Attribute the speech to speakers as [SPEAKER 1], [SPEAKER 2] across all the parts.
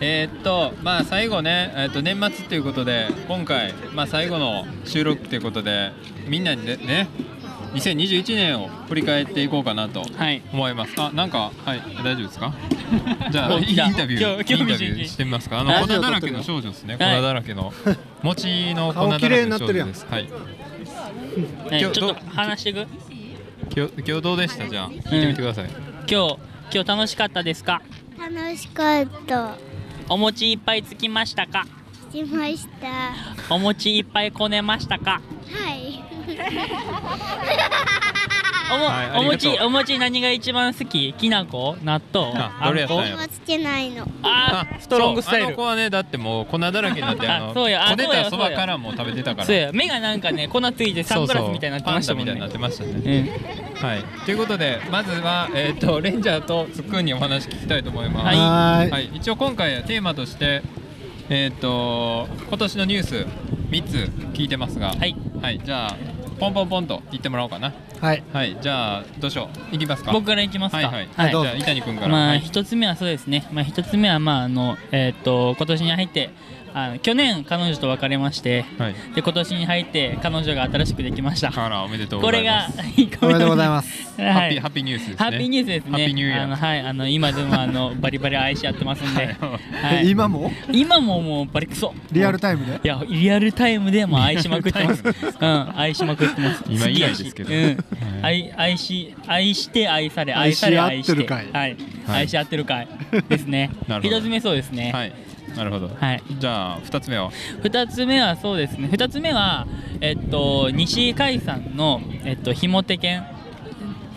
[SPEAKER 1] えーっとまあ最後ね、えーっと年末ということで今回まあ最後の収録ということでみんなでね2021年を振り返っていこうかなと
[SPEAKER 2] はい
[SPEAKER 1] 思います。あなんかはい大丈夫 ですか？じゃあ
[SPEAKER 2] もう
[SPEAKER 1] イ
[SPEAKER 2] 来た
[SPEAKER 1] ンタビュ
[SPEAKER 2] 今
[SPEAKER 1] ー
[SPEAKER 2] 日
[SPEAKER 1] イン
[SPEAKER 2] 今
[SPEAKER 1] タ
[SPEAKER 2] 日
[SPEAKER 1] ビューしてみますか。あの
[SPEAKER 2] ラ
[SPEAKER 1] 粉
[SPEAKER 2] ジオ
[SPEAKER 1] だらけの少女ですね。粉
[SPEAKER 2] はい
[SPEAKER 1] だらけ の餅の粉だら
[SPEAKER 3] 顔綺麗
[SPEAKER 1] け
[SPEAKER 3] にな
[SPEAKER 1] の
[SPEAKER 3] っ
[SPEAKER 1] 少
[SPEAKER 3] てる
[SPEAKER 1] 女
[SPEAKER 3] やん
[SPEAKER 1] です。はい。
[SPEAKER 2] ねちょ
[SPEAKER 1] 今日
[SPEAKER 2] っと
[SPEAKER 1] ど
[SPEAKER 2] 話していく
[SPEAKER 1] 今日今日どうでしたじゃあ聞いてみてください。
[SPEAKER 2] 今日今日楽しかったですか
[SPEAKER 4] 楽しかった。
[SPEAKER 2] お餅いっぱいつきましたか
[SPEAKER 4] しました。は
[SPEAKER 2] お餅いっぱいこねましたか
[SPEAKER 4] い。
[SPEAKER 2] おも、
[SPEAKER 1] はいあ
[SPEAKER 2] お
[SPEAKER 1] りがとう
[SPEAKER 2] 餅お餅何が一番好ききな粉納豆
[SPEAKER 1] あ
[SPEAKER 2] あ
[SPEAKER 1] どれやっ
[SPEAKER 2] ん
[SPEAKER 1] た
[SPEAKER 2] こ
[SPEAKER 1] んや
[SPEAKER 4] 今つけないの。
[SPEAKER 2] あ
[SPEAKER 1] あ
[SPEAKER 2] ストロングスタイ
[SPEAKER 1] そう
[SPEAKER 2] ル
[SPEAKER 1] あの子はねだってもう粉だらけになって あの
[SPEAKER 2] あそうやあ
[SPEAKER 1] こね
[SPEAKER 2] そうや
[SPEAKER 1] たそばからも食べてたから
[SPEAKER 2] そうや目がなんかね粉ついてサングラスみたいになってましたも
[SPEAKER 1] そうそうパンダみ
[SPEAKER 2] ん
[SPEAKER 1] たいになっ
[SPEAKER 2] ね
[SPEAKER 1] てましたね
[SPEAKER 2] うん
[SPEAKER 1] はい、ということでまずは、えー、 とレンジャーとつっくんにお話聞きたいと思います、
[SPEAKER 2] はい
[SPEAKER 3] はーい
[SPEAKER 1] はい一応今回はテーマとして、えー、と今年のニュース3つ聞いてますが、
[SPEAKER 2] はい、
[SPEAKER 1] じゃあポンポンポンと言ってもらおうかな
[SPEAKER 3] はい
[SPEAKER 1] はいじゃあどうしよういきますか
[SPEAKER 2] 僕からいきますか
[SPEAKER 1] はいはい、
[SPEAKER 3] はいどうぞ
[SPEAKER 1] じゃあ伊谷君から、
[SPEAKER 2] ま
[SPEAKER 1] は
[SPEAKER 2] あ
[SPEAKER 1] い、
[SPEAKER 2] 一つ目はそうですね、まあ、一つ目はまああの、えーっと今年に入ってあの去年彼女と別れまして、
[SPEAKER 1] はい
[SPEAKER 2] で今年に入って彼女が新しくできました
[SPEAKER 1] あらおめでとうご
[SPEAKER 2] こ
[SPEAKER 1] ざ
[SPEAKER 2] れ
[SPEAKER 1] いま
[SPEAKER 2] が
[SPEAKER 1] す
[SPEAKER 3] おめでとうございます
[SPEAKER 2] はい
[SPEAKER 1] ハッピーハッピーニュースですね
[SPEAKER 2] ハッピーニュースですね
[SPEAKER 1] ハッピーニューイヤー
[SPEAKER 2] あのはいあの今でもあのバリバリ愛し合ってますんで、はい、
[SPEAKER 3] 今も
[SPEAKER 2] 今ももうバリクソ
[SPEAKER 3] リアル
[SPEAKER 2] タイ
[SPEAKER 3] タイムで
[SPEAKER 2] いやリアルタイムでもう愛しまくっ てます
[SPEAKER 1] リアル
[SPEAKER 2] うん愛しまくってます
[SPEAKER 1] 今
[SPEAKER 2] 好きや
[SPEAKER 1] 以外
[SPEAKER 2] し
[SPEAKER 1] ですけど
[SPEAKER 2] うん、
[SPEAKER 1] は
[SPEAKER 2] 愛愛し愛して愛され愛され
[SPEAKER 3] 愛し合ってるかい
[SPEAKER 2] はい、愛し合ってるかいですね
[SPEAKER 1] なるほど
[SPEAKER 2] 一つ目そうですね、
[SPEAKER 1] はいなるほど、
[SPEAKER 2] はい
[SPEAKER 1] じゃあ2つ目は
[SPEAKER 2] 二つ目はそうですね二つ目は、えっと、西井海さんの「えっと、ひもてけん」っ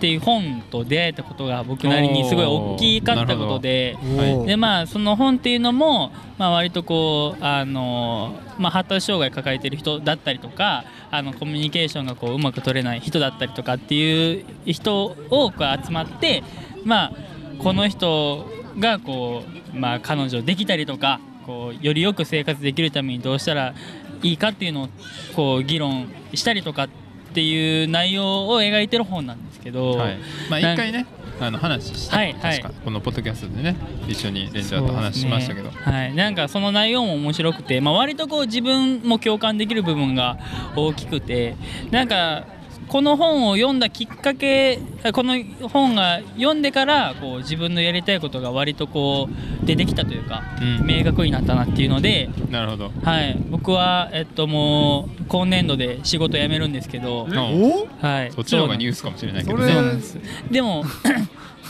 [SPEAKER 2] ていう本と出会えたことが僕なりにすごい大きかったことで
[SPEAKER 3] おー
[SPEAKER 1] は
[SPEAKER 2] で、まあ、その本っていうのも、まあ、割とこうあの、まあ、発達障害抱えてる人だったりとかあのコミュニケーションがこううまく取れない人だったりとかっていう人多く集まって、まあ、この人がこう、まあ、彼女できたりとかこうよりよく生活できるためにどうしたらいいかっていうのをこう議論したりとかっていう内容を描いてる本なんですけど。
[SPEAKER 1] はい、まあ
[SPEAKER 2] なん
[SPEAKER 1] 一回ねあの話した、
[SPEAKER 2] はいは
[SPEAKER 1] 確
[SPEAKER 2] い
[SPEAKER 1] かこのポッドキャストでね一緒にレンジャーと話しましたけど、
[SPEAKER 2] そうですねはい、なんかその内容も面白くて、まあ、割とこう自分も共感できる部分が大きくてなんかこの本を読んだきっかけあこの本が読んでからこう自分のやりたいことが割とこう出てきたというか、
[SPEAKER 1] うん
[SPEAKER 2] 明確になったなっていうので、
[SPEAKER 1] なるほど
[SPEAKER 2] はい、僕は、えっと、もう今年度で仕事辞めるんですけ
[SPEAKER 1] お
[SPEAKER 2] ど、
[SPEAKER 3] お
[SPEAKER 2] はい、
[SPEAKER 1] そっちの方がニュ
[SPEAKER 2] ー
[SPEAKER 1] ースかもしれないけ
[SPEAKER 3] そ
[SPEAKER 1] ど
[SPEAKER 3] れ
[SPEAKER 1] ね
[SPEAKER 2] そうなんです でも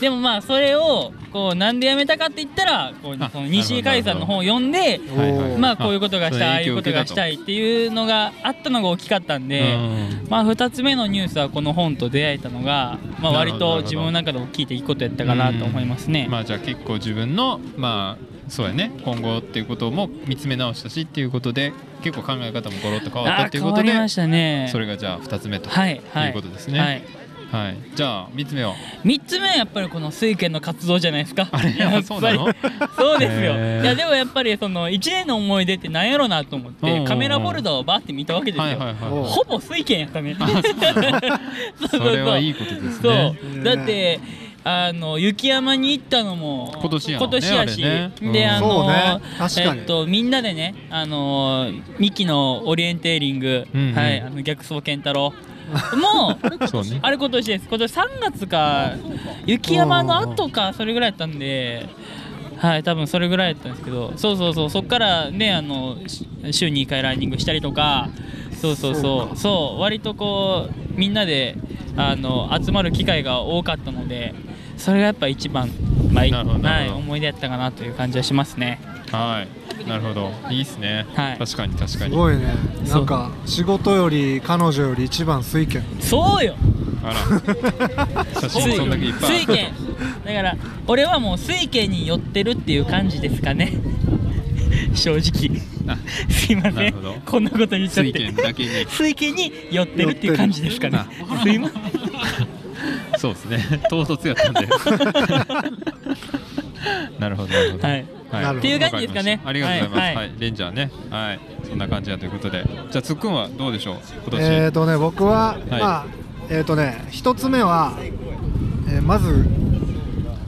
[SPEAKER 2] でもまあそれをこうなんでやめたかって言ったらこ
[SPEAKER 1] あ
[SPEAKER 2] うこの西井海さんの本を読んで
[SPEAKER 3] ほど
[SPEAKER 1] はいはい
[SPEAKER 2] まあこういうことがしたいああいうことがした
[SPEAKER 1] い
[SPEAKER 2] いっていうのがあったのが大きかったんで。
[SPEAKER 1] ね
[SPEAKER 2] まあ、2つ目のニュースはこの本と出会えたのが、まあ、
[SPEAKER 1] なるほどな
[SPEAKER 2] 割
[SPEAKER 1] るほど
[SPEAKER 2] と自分の中で大きいといいことやったかなと思いますね。
[SPEAKER 1] まあじゃあ結構自分のまあそうやね今後っていうことも見つめ直したしっていうことで結構考え方もゴロッと変わった
[SPEAKER 2] あ
[SPEAKER 1] っ
[SPEAKER 2] ー
[SPEAKER 1] てい
[SPEAKER 2] 変
[SPEAKER 1] うこ
[SPEAKER 2] わ
[SPEAKER 1] と
[SPEAKER 2] り
[SPEAKER 1] で
[SPEAKER 2] ましたね
[SPEAKER 1] それがじゃあ2つ目と、
[SPEAKER 2] はいはい
[SPEAKER 1] いうことですね
[SPEAKER 2] はい、
[SPEAKER 1] はいじゃあ3つ目は
[SPEAKER 2] 3つ目はやっぱりこの水拳の活動じゃないですか
[SPEAKER 1] あれ
[SPEAKER 2] やっぱり
[SPEAKER 1] そうなの
[SPEAKER 2] そうですよ
[SPEAKER 1] へー
[SPEAKER 2] いやでもやっぱりその1年の思い出ってなんやろなと思っ
[SPEAKER 1] うんうんう
[SPEAKER 2] て
[SPEAKER 1] ん
[SPEAKER 2] カメラフォルダをバーって見たわけですよ、
[SPEAKER 1] はいはい
[SPEAKER 3] お
[SPEAKER 1] は
[SPEAKER 2] ほぼ水拳やったね そう
[SPEAKER 1] いそれはいい
[SPEAKER 2] こ
[SPEAKER 1] ことです
[SPEAKER 2] そう、
[SPEAKER 1] ね
[SPEAKER 3] ね
[SPEAKER 2] だってあの雪山に行ったのも
[SPEAKER 1] 今年やもんね
[SPEAKER 2] し、
[SPEAKER 1] あれねう
[SPEAKER 2] で
[SPEAKER 1] ん
[SPEAKER 2] あ
[SPEAKER 3] そう
[SPEAKER 2] の、
[SPEAKER 3] ね確かに
[SPEAKER 2] えっとみんなでねあのミキのオリエンテーリング、
[SPEAKER 1] うんうん
[SPEAKER 2] はいあの逆走健太郎 も
[SPEAKER 1] そうね
[SPEAKER 2] あれ今年です今年3月か雪山の後かそれぐらいやったんではい多分それぐらいやったんですけどそうそうそうそっからねあのし週に1回ランニングしたりとかそうそう
[SPEAKER 3] そ
[SPEAKER 2] そううそう割とこうみんなであの集まる機会が多かったのでそれがやっぱ一番、まあい
[SPEAKER 1] なるほどな
[SPEAKER 2] は
[SPEAKER 1] る
[SPEAKER 2] い、
[SPEAKER 1] ほど
[SPEAKER 2] 思い出やったかなという感じはしますね
[SPEAKER 1] はいなるほどいいですね、
[SPEAKER 2] はい
[SPEAKER 1] 確かに確か
[SPEAKER 3] す
[SPEAKER 1] に
[SPEAKER 3] ごいねな
[SPEAKER 2] そうん
[SPEAKER 3] か仕事より彼女より一番水拳
[SPEAKER 2] そうよ
[SPEAKER 1] あら写真そんだけいっぱいある
[SPEAKER 2] 水拳だから俺はもう水拳に寄ってるっていう感じですかね 正直
[SPEAKER 1] あ
[SPEAKER 2] すいま
[SPEAKER 1] な
[SPEAKER 2] せ
[SPEAKER 1] る
[SPEAKER 2] ん
[SPEAKER 1] ほど
[SPEAKER 2] こんなこと言っちゃっ
[SPEAKER 1] 水
[SPEAKER 2] て
[SPEAKER 1] 拳だけに
[SPEAKER 2] 水拳に寄ってるっていう感じですかねすいません
[SPEAKER 1] そうですね唐突やったんで なるほどなるほど
[SPEAKER 2] はい
[SPEAKER 3] なるほどっていう
[SPEAKER 2] 感じですかね
[SPEAKER 1] わりましたありがとうございます、は
[SPEAKER 2] はいい
[SPEAKER 1] レンジャーねはいそんな感じだということでじゃあつっくんはどうでしょう今年、
[SPEAKER 3] えーとね僕は、
[SPEAKER 1] い
[SPEAKER 3] まあえーとね一つ目は、えーまず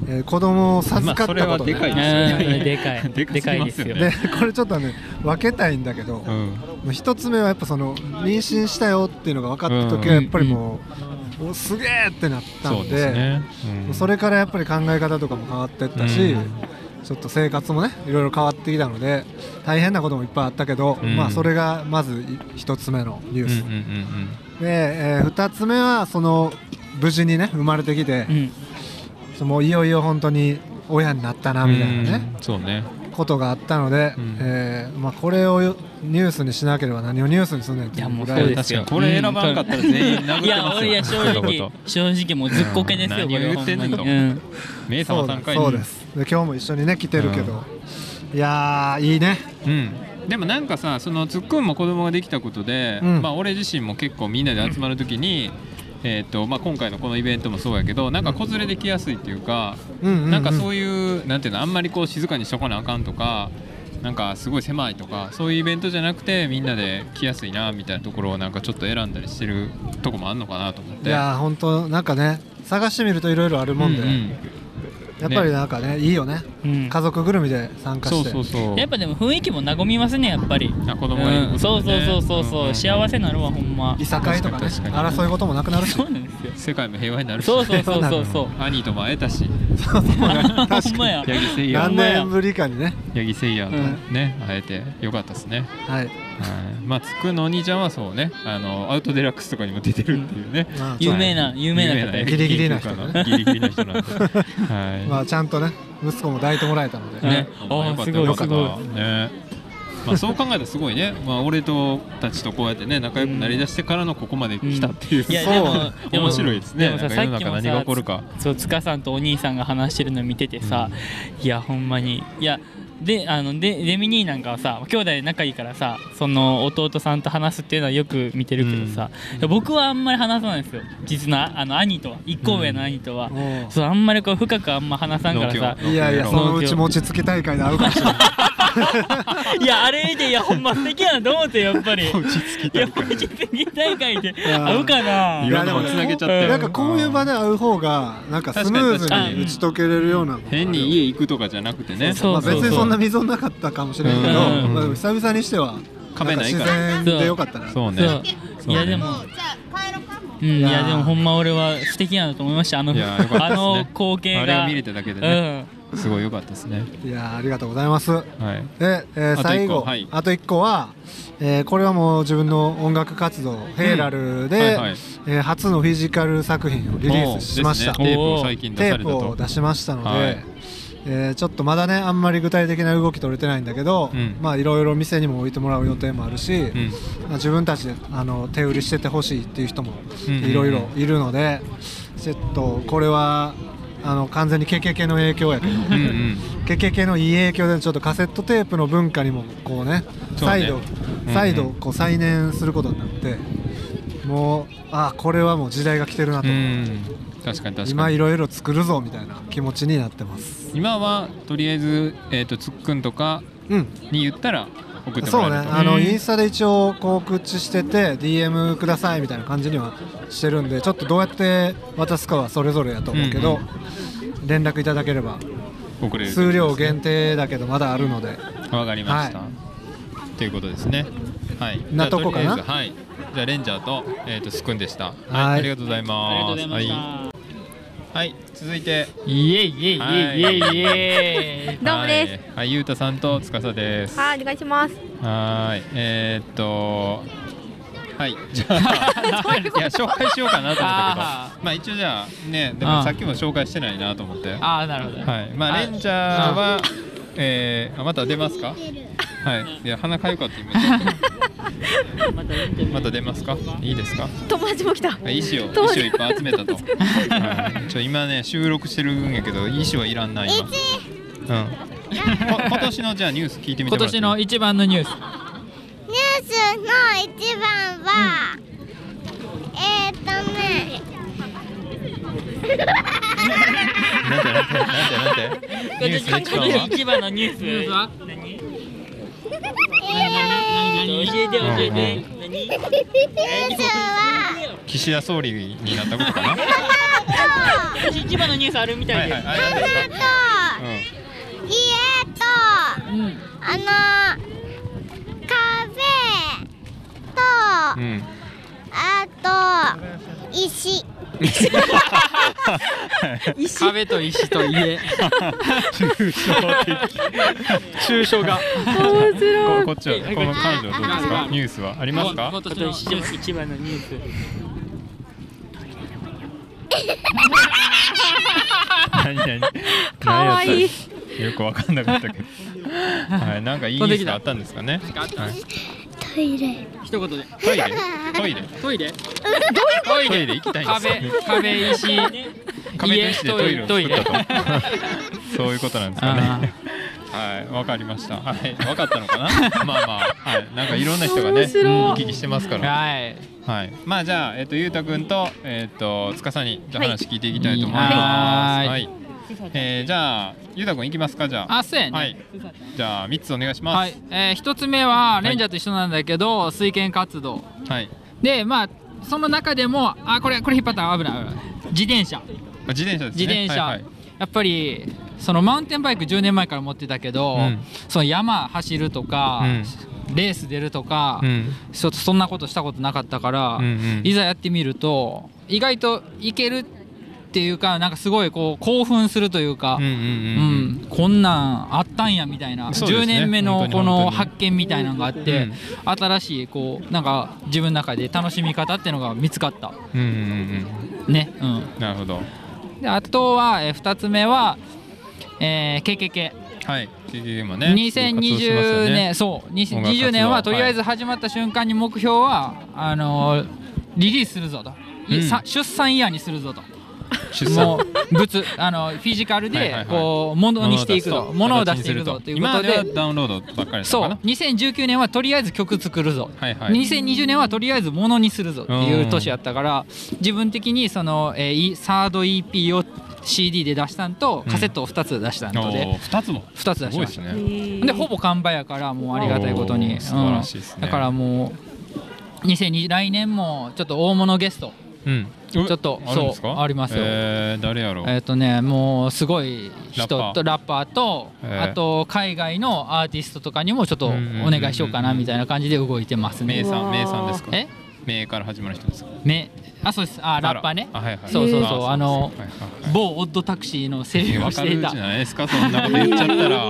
[SPEAKER 3] えー子供を授かったこと、ね
[SPEAKER 1] まあそれはでかい
[SPEAKER 2] うん で
[SPEAKER 1] で
[SPEAKER 2] かい
[SPEAKER 1] かすぎますよね
[SPEAKER 2] でかいですよ
[SPEAKER 3] でこれちょっとね分けたいんだけど、
[SPEAKER 1] うん
[SPEAKER 3] まあ一つ目はやっぱその妊娠したよっていうのが分かった時はやっぱりもう、おすげえってなった
[SPEAKER 1] そ
[SPEAKER 3] ん
[SPEAKER 1] う
[SPEAKER 3] で
[SPEAKER 1] ですね、うん
[SPEAKER 3] それからやっぱり考え方とかも変わってったし、
[SPEAKER 1] うん
[SPEAKER 3] ちょっと生活もねいろいろ変わってきたので大変なこともいっぱいあったけど、
[SPEAKER 1] うん
[SPEAKER 3] まあそれがまずい一つ目のニュ
[SPEAKER 1] う
[SPEAKER 3] ー
[SPEAKER 1] んうん
[SPEAKER 3] ス、
[SPEAKER 1] うんうん
[SPEAKER 3] で、えー二つ目はその無事にね生まれてきて
[SPEAKER 2] う、ん
[SPEAKER 3] もういよいよ本当に親になったなみたいなね、
[SPEAKER 1] うんそうね
[SPEAKER 3] ことがあったので、
[SPEAKER 1] うん
[SPEAKER 3] えーまあ、これをよニュースにしなければ何をニュースにするねんって
[SPEAKER 2] いやもう
[SPEAKER 3] ぐら
[SPEAKER 2] そうですよ
[SPEAKER 1] 確かにこれ選ばなかったら全員殴ってますよ
[SPEAKER 2] いや俺いや正直正直もうずっこけですよ
[SPEAKER 1] うん
[SPEAKER 2] これは
[SPEAKER 1] 何を言ってんねんと
[SPEAKER 2] ほまに
[SPEAKER 1] 名
[SPEAKER 3] そ
[SPEAKER 1] 様
[SPEAKER 3] うだ
[SPEAKER 1] 3回
[SPEAKER 3] そうですで今日も一緒にね来てるけど、いやーいいね
[SPEAKER 1] うん、でもなんかさそのツッコミも子供ができたことで、
[SPEAKER 3] うん
[SPEAKER 1] まあ、俺自身も結構みんなで集まるときに、えーとまあ、今回のこのイベントもそうやけどなんか子連れで来やすいっていうか、
[SPEAKER 3] うんうん、うん、
[SPEAKER 1] なんかそういうなんていうのあんまりこう静かにしとかなあかんとかなんかすごい狭いとかそういうイベントじゃなくてみんなで来やすいなみたいなところをなんかちょっと選んだりしてるとこもあんのかなと思って。
[SPEAKER 3] いやー本当なんかね探してみるといろいろあるもんで、
[SPEAKER 1] うんうん
[SPEAKER 3] やっぱりなんかねいいよね
[SPEAKER 2] うん
[SPEAKER 3] 家族ぐるみで参加
[SPEAKER 1] そ
[SPEAKER 3] し
[SPEAKER 1] う
[SPEAKER 3] て
[SPEAKER 1] そうそう
[SPEAKER 2] やっぱでも雰囲気も和みますねやっぱり
[SPEAKER 1] あ子供がいる
[SPEAKER 2] う
[SPEAKER 1] こ
[SPEAKER 2] ん
[SPEAKER 1] と
[SPEAKER 2] そう
[SPEAKER 1] で
[SPEAKER 2] そう
[SPEAKER 1] ね
[SPEAKER 2] そうそうそう、
[SPEAKER 1] んんん
[SPEAKER 2] 幸せなるわほんま
[SPEAKER 3] いさかいとかね
[SPEAKER 1] 確かに確かに
[SPEAKER 3] 争い事もなくなるし
[SPEAKER 2] そうなんですよ
[SPEAKER 1] 世界も平和になるし
[SPEAKER 2] そうそうそうそうそう
[SPEAKER 1] 兄とも会えたし
[SPEAKER 2] あ ほんまや
[SPEAKER 1] 八木誠也
[SPEAKER 3] 何年ぶりかにね
[SPEAKER 1] 八木誠也とね、会えてよかったですね、
[SPEAKER 3] はい
[SPEAKER 1] はい、まあつくのお兄ちゃんはそうねあのアウトデラックスとかにも出てるっていうね、
[SPEAKER 3] まあ
[SPEAKER 2] 有名な有名な方
[SPEAKER 1] 有
[SPEAKER 2] や
[SPEAKER 3] ギリギリな人
[SPEAKER 1] な
[SPEAKER 3] ね
[SPEAKER 1] ギリギリな人なんではい、
[SPEAKER 3] まあちゃんとね息子も抱いてもらえたので、
[SPEAKER 2] あ
[SPEAKER 1] ね、
[SPEAKER 2] あー
[SPEAKER 1] よかった
[SPEAKER 2] すごい
[SPEAKER 1] よかった
[SPEAKER 2] すご
[SPEAKER 1] ねまあ、そう考えたらすごいね、まあ、俺とたちとこうやってね仲良くなりだしてからのここまで来たっていう、
[SPEAKER 2] いや
[SPEAKER 3] そう
[SPEAKER 2] でもでも
[SPEAKER 1] 面白いですね
[SPEAKER 2] でもさ
[SPEAKER 1] なん
[SPEAKER 2] さ
[SPEAKER 1] か
[SPEAKER 2] っ
[SPEAKER 1] 世の
[SPEAKER 2] き
[SPEAKER 1] 中
[SPEAKER 2] も
[SPEAKER 1] 何が起こるか
[SPEAKER 2] さそう塚さんとお兄さんが話してるの見ててさ、いやほんまにいやであのでデミ兄なんかはさ兄弟で仲いいからさその弟さんと話すっていうのはよく見てるけどさ、いや僕はあんまり話さないんですよ実のああの兄とは一個上の兄とは、
[SPEAKER 3] うん
[SPEAKER 2] そうあんまりこう深くあんま話さんからさ
[SPEAKER 1] 農協
[SPEAKER 3] いやいやそのうち餅つき大会で会うかもしれない
[SPEAKER 2] いやあれ見ていやほんま素敵やなと思ってやっぱり
[SPEAKER 1] 落ち着き
[SPEAKER 2] い
[SPEAKER 1] た
[SPEAKER 2] や
[SPEAKER 1] いから
[SPEAKER 2] 餅つき大会で合うかない
[SPEAKER 1] ろんなもん
[SPEAKER 3] いやでもね
[SPEAKER 1] つなげちゃってる
[SPEAKER 3] なんかこういう場で会う方がなんかスムーズに打ち解けれるような
[SPEAKER 1] 変に家行くとかじゃなくてね
[SPEAKER 2] そう
[SPEAKER 3] まあ、別にそんな溝なかったかもしれないけど、
[SPEAKER 2] うん
[SPEAKER 3] まあ、久々にしては
[SPEAKER 1] 噛めないから
[SPEAKER 3] ん自然でよかったな
[SPEAKER 1] そう
[SPEAKER 2] そ
[SPEAKER 1] ね
[SPEAKER 2] ういやでも
[SPEAKER 1] そう
[SPEAKER 2] うん、い
[SPEAKER 3] いやー
[SPEAKER 2] やでもほんま俺は素敵やなと思いましたあの
[SPEAKER 1] いやーよかった
[SPEAKER 2] あ
[SPEAKER 1] ですね
[SPEAKER 2] の光景が
[SPEAKER 1] あれを見れただけでねすごい良かったですね
[SPEAKER 3] いやーありがとうございます
[SPEAKER 1] はい
[SPEAKER 3] で、えー
[SPEAKER 1] あと一個
[SPEAKER 3] 最後
[SPEAKER 1] はい
[SPEAKER 3] あと1個は、えーこれはもう自分の音楽活動、ヘイラルで、
[SPEAKER 1] はいはい
[SPEAKER 3] えー初のフィジカル作品をリリースしました、
[SPEAKER 1] おーですねテープを最近出
[SPEAKER 3] テ
[SPEAKER 1] され
[SPEAKER 3] ー
[SPEAKER 1] た
[SPEAKER 3] プを
[SPEAKER 1] と
[SPEAKER 3] 出しましたので、
[SPEAKER 1] はい
[SPEAKER 3] えーちょっとまだねあんまり具体的な動き取れてないんだけど、
[SPEAKER 1] うん
[SPEAKER 3] まあいろいろ店にも置いてもらう予定もあるし、
[SPEAKER 1] うん
[SPEAKER 3] まあ自分たちであの手売りしててほしいっていう人も
[SPEAKER 1] うんうんうん
[SPEAKER 3] いろいろいるので、ちょっとこれはあの完全に KKK の影響やけど、
[SPEAKER 1] うんうん
[SPEAKER 3] ケケケのいい影響でちょっとカセットテープの文化にもこうね
[SPEAKER 1] そうね
[SPEAKER 3] 再度
[SPEAKER 1] うんうん
[SPEAKER 3] 再度こう再燃することになってもうあこれはもう時代が来てるなと
[SPEAKER 1] うん確かに確か
[SPEAKER 3] 今
[SPEAKER 1] に
[SPEAKER 3] いろいろ作るぞみたいな気持ちになってます
[SPEAKER 1] 今はとりあえずえっとつっくんとか
[SPEAKER 3] うん
[SPEAKER 1] に言ったら送っても
[SPEAKER 3] そうね
[SPEAKER 1] らえると
[SPEAKER 3] あの
[SPEAKER 2] うん
[SPEAKER 3] インスタで一応告知してて DM くださいみたいな感じにはしてるんでちょっとどうやって渡すかはそれぞれやと思うけど連絡いただければ
[SPEAKER 1] 送れる
[SPEAKER 3] 数量限定だけどまだあるので
[SPEAKER 1] わかりました、
[SPEAKER 3] は
[SPEAKER 1] ということですねはいじゃあ
[SPEAKER 3] なとこかな
[SPEAKER 1] りあえずはいじゃあレンジャーとえっとつっくんでしたはい
[SPEAKER 3] はい
[SPEAKER 1] ありがとうござい
[SPEAKER 2] ありがと
[SPEAKER 1] ま
[SPEAKER 2] うご
[SPEAKER 1] す
[SPEAKER 2] ざいました、
[SPEAKER 1] はいはい続いて。
[SPEAKER 2] イエイイエイイエイイエイイエイ
[SPEAKER 5] どうもです
[SPEAKER 1] はい、ゆうたさんとつかさです。は
[SPEAKER 5] はい、お願いします。
[SPEAKER 1] ーい、えー、っと。はい、じゃあ、いや、紹介しようかなと思ったけど
[SPEAKER 2] あ、
[SPEAKER 1] まあ、一応じゃあ、ね、で
[SPEAKER 2] あ
[SPEAKER 1] も、
[SPEAKER 2] ー
[SPEAKER 1] さっきも紹介してないなと思って。は
[SPEAKER 2] ああなるほど、
[SPEAKER 1] い、まあ、レンジャーは、えー、あ、また出ますか。はい、いや、鼻かゆかった、今ちょっと。また出ますか。いいですか。
[SPEAKER 5] 友達も来た。
[SPEAKER 1] はい石を、石
[SPEAKER 5] 友
[SPEAKER 1] を
[SPEAKER 5] 達
[SPEAKER 1] いっぱい集めたと。はいちょ、今ね、収録してるんやけど、石はいらんな、今。うん。こ今年のじゃあニュース聞いてみてもら
[SPEAKER 2] 今
[SPEAKER 1] ってい
[SPEAKER 2] 年
[SPEAKER 1] い
[SPEAKER 2] の一番のニュース
[SPEAKER 4] ニュースの一番は、えー、っとね
[SPEAKER 1] なんてなんてなんてなんてニュースの一番は
[SPEAKER 2] 一番のニュースは何
[SPEAKER 4] えー、
[SPEAKER 2] 教えて教えて
[SPEAKER 4] ニュースは
[SPEAKER 1] 岸田総理になったことかな
[SPEAKER 4] パパと
[SPEAKER 2] 一番のニュースあるみた
[SPEAKER 1] はいい
[SPEAKER 2] で
[SPEAKER 1] はい
[SPEAKER 2] す。
[SPEAKER 1] あなんですか
[SPEAKER 4] 花と家と
[SPEAKER 2] うん
[SPEAKER 4] あの壁と
[SPEAKER 1] うんうん
[SPEAKER 4] あと石
[SPEAKER 5] 石
[SPEAKER 2] 壁と石と家。
[SPEAKER 1] 抽象的
[SPEAKER 5] 抽象が
[SPEAKER 1] 面白いここっちはこの彼女はどうですかニュースはありますか
[SPEAKER 2] 今年の一番のニュース。
[SPEAKER 1] 何何
[SPEAKER 5] 可愛
[SPEAKER 1] 何や
[SPEAKER 5] い
[SPEAKER 1] ったよくわかんなかったけどはいなんかいいニュースがあったんですかね
[SPEAKER 4] トイレ
[SPEAKER 2] 一言で。
[SPEAKER 1] トイレトイレ
[SPEAKER 2] トイレ。
[SPEAKER 1] トイレで行きたいんです
[SPEAKER 2] 壁、壁、石。
[SPEAKER 1] 壁と石でトイレを作ったと
[SPEAKER 2] 家
[SPEAKER 1] そういうことなんですかねはいわかりましたはいわかったのかなまあまあはいなんかいろんな人がね
[SPEAKER 5] 面白い
[SPEAKER 1] 行き来してますから
[SPEAKER 2] はい。
[SPEAKER 1] はいまあじゃあえっとゆうたくんとえっとつかさんにじゃあ話聞いていきたいと思いま
[SPEAKER 2] はい
[SPEAKER 1] すはいえーじゃあゆうたくん行きますかじゃあ
[SPEAKER 6] あそうやね、
[SPEAKER 1] はいじゃあ三つお願いしま
[SPEAKER 6] は
[SPEAKER 1] す
[SPEAKER 6] いえー一つ目はレンジャーと一緒なんだけど、水拳活動
[SPEAKER 1] はい
[SPEAKER 6] でまあその中でもあこれこれ引っ張ったら危ない危ない自転車
[SPEAKER 1] まあ自転車ですね
[SPEAKER 6] 自転車、
[SPEAKER 1] はいはい
[SPEAKER 6] やっぱりそのマウンテンバイク10年前から持ってたけど、
[SPEAKER 1] うん
[SPEAKER 6] その山走るとか、レース出るとか、
[SPEAKER 1] うん
[SPEAKER 6] ちょっとそんなことしたことなかったから、
[SPEAKER 1] うんうん
[SPEAKER 6] いざやってみると意外といけるっていうかなんかすごいこう興奮するというか、
[SPEAKER 1] うんうん
[SPEAKER 6] う
[SPEAKER 1] うんうん
[SPEAKER 6] ん、こんなんあったんやみたいな、
[SPEAKER 1] そうですね
[SPEAKER 6] 10年目の
[SPEAKER 1] 本当
[SPEAKER 6] こ
[SPEAKER 1] に
[SPEAKER 6] の
[SPEAKER 1] 本当に
[SPEAKER 6] 発見みたいなのがあって、新しいこうなんか自分の中で楽しみ方っていうのが見つかった
[SPEAKER 1] うんうん
[SPEAKER 6] ねう
[SPEAKER 1] うんなるほど
[SPEAKER 6] んであとは、えー、2つ目は、えー KKK
[SPEAKER 1] はい、KKK もね。
[SPEAKER 6] 2020年、
[SPEAKER 1] ね
[SPEAKER 6] そう
[SPEAKER 1] 音楽活動
[SPEAKER 6] 2020年はとりあえず始まった瞬間に目標は、あのーリリースするぞと、い
[SPEAKER 1] うん
[SPEAKER 6] さ出産イヤーにするぞと
[SPEAKER 1] 出
[SPEAKER 6] も
[SPEAKER 1] 産
[SPEAKER 6] う物あのフィジカル
[SPEAKER 1] はいはいは
[SPEAKER 6] で
[SPEAKER 1] い
[SPEAKER 6] こう物にしていくと物を出していくぞというこ
[SPEAKER 1] 今
[SPEAKER 6] と
[SPEAKER 1] ま
[SPEAKER 6] で
[SPEAKER 1] はダウンロードばっかりだった
[SPEAKER 6] そう
[SPEAKER 1] かな。
[SPEAKER 6] 2019年はとりあえず曲作るぞ、
[SPEAKER 1] はいはい
[SPEAKER 6] 2020年はとりあえずものにするぞっていう年やったから自分的にその、えー、いサード EP を CD で出したんと
[SPEAKER 1] うん
[SPEAKER 6] カセットを2つ出したんとで、
[SPEAKER 1] おー二つも。
[SPEAKER 6] 二つ出しまし
[SPEAKER 1] す
[SPEAKER 6] た
[SPEAKER 1] ごいですね。
[SPEAKER 6] でほぼ完売やからもうありがたいこと
[SPEAKER 1] お
[SPEAKER 6] に
[SPEAKER 1] ー素晴らしいですね
[SPEAKER 6] うんだからもう2020来年もちょっと大物ゲスト
[SPEAKER 1] うん。ち
[SPEAKER 6] ちょっと
[SPEAKER 1] あるんですか
[SPEAKER 6] そうありますよ
[SPEAKER 1] えー誰やろう。
[SPEAKER 6] えっ、とねもうすごい人
[SPEAKER 1] ラッパー
[SPEAKER 6] とラッパーと、
[SPEAKER 1] えー
[SPEAKER 6] あと海外のアーティストとかにもちょっとお願いしようかなみたいな感じで動いてます
[SPEAKER 1] 名
[SPEAKER 6] ね。
[SPEAKER 1] さん、名さんですか。
[SPEAKER 6] え
[SPEAKER 1] 名から始まる人ですか。
[SPEAKER 6] めあそうですあラッパーね
[SPEAKER 1] あらあはいはい
[SPEAKER 6] そうそうそう
[SPEAKER 1] えー
[SPEAKER 6] あの
[SPEAKER 1] はいはいはい
[SPEAKER 6] 某オッドタクシーの声
[SPEAKER 1] え
[SPEAKER 6] 優を
[SPEAKER 1] わ
[SPEAKER 6] し
[SPEAKER 1] か
[SPEAKER 6] て
[SPEAKER 1] る
[SPEAKER 6] い
[SPEAKER 1] んじ
[SPEAKER 6] た
[SPEAKER 1] ゃないですか。そんなこと言っちゃった ら。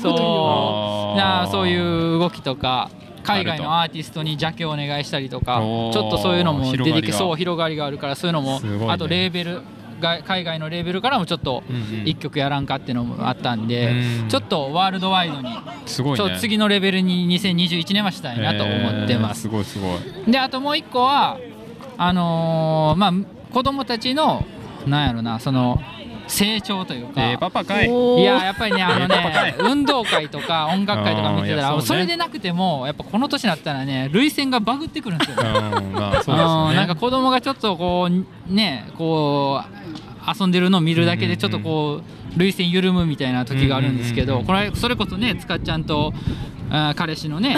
[SPEAKER 6] そうなあそういう動きとか海外のアーティストにジャケをお願いしたりとかち
[SPEAKER 1] お
[SPEAKER 6] ょ
[SPEAKER 1] ー
[SPEAKER 6] っとそういうのも出
[SPEAKER 1] 広が
[SPEAKER 6] て
[SPEAKER 1] り
[SPEAKER 6] き
[SPEAKER 1] が
[SPEAKER 6] そう広がりがあるからそういうのも、
[SPEAKER 1] すごいね
[SPEAKER 6] あとレーベルが海外のレーベルからもちょっと
[SPEAKER 1] うんうん
[SPEAKER 6] 一曲やらんかっていうのもあったんで、
[SPEAKER 1] うん
[SPEAKER 6] ちょっとワールドワイドに、
[SPEAKER 1] すごい
[SPEAKER 6] ちょっ
[SPEAKER 1] ね。
[SPEAKER 6] と次のレベルに2021年はしたいなと思ってま
[SPEAKER 1] えー
[SPEAKER 6] す
[SPEAKER 1] す。ごいすごい。
[SPEAKER 6] であともう一個はあのーまあ子供たちのなんやろなその成長というか、
[SPEAKER 1] えーパパかい。
[SPEAKER 5] おー
[SPEAKER 6] いややっぱりねあの
[SPEAKER 1] えーパパかい
[SPEAKER 6] ね運動会とか音楽会とか見
[SPEAKER 1] あー
[SPEAKER 6] てた
[SPEAKER 1] いや
[SPEAKER 6] ら
[SPEAKER 1] そう
[SPEAKER 6] そ,、
[SPEAKER 1] ね
[SPEAKER 6] れでなくてもやっぱこの年になったらね涙腺がバグってくるんですよ。
[SPEAKER 1] うん、まあそうですよね。
[SPEAKER 6] あーなんか子供がちょっとこうねこう遊んでるのを見るだけでちょっとこう涙腺緩むみたいな時があるんですけ
[SPEAKER 1] うんうん
[SPEAKER 6] ど
[SPEAKER 1] うん
[SPEAKER 6] これそれこそねつかちゃんとあー彼氏の ね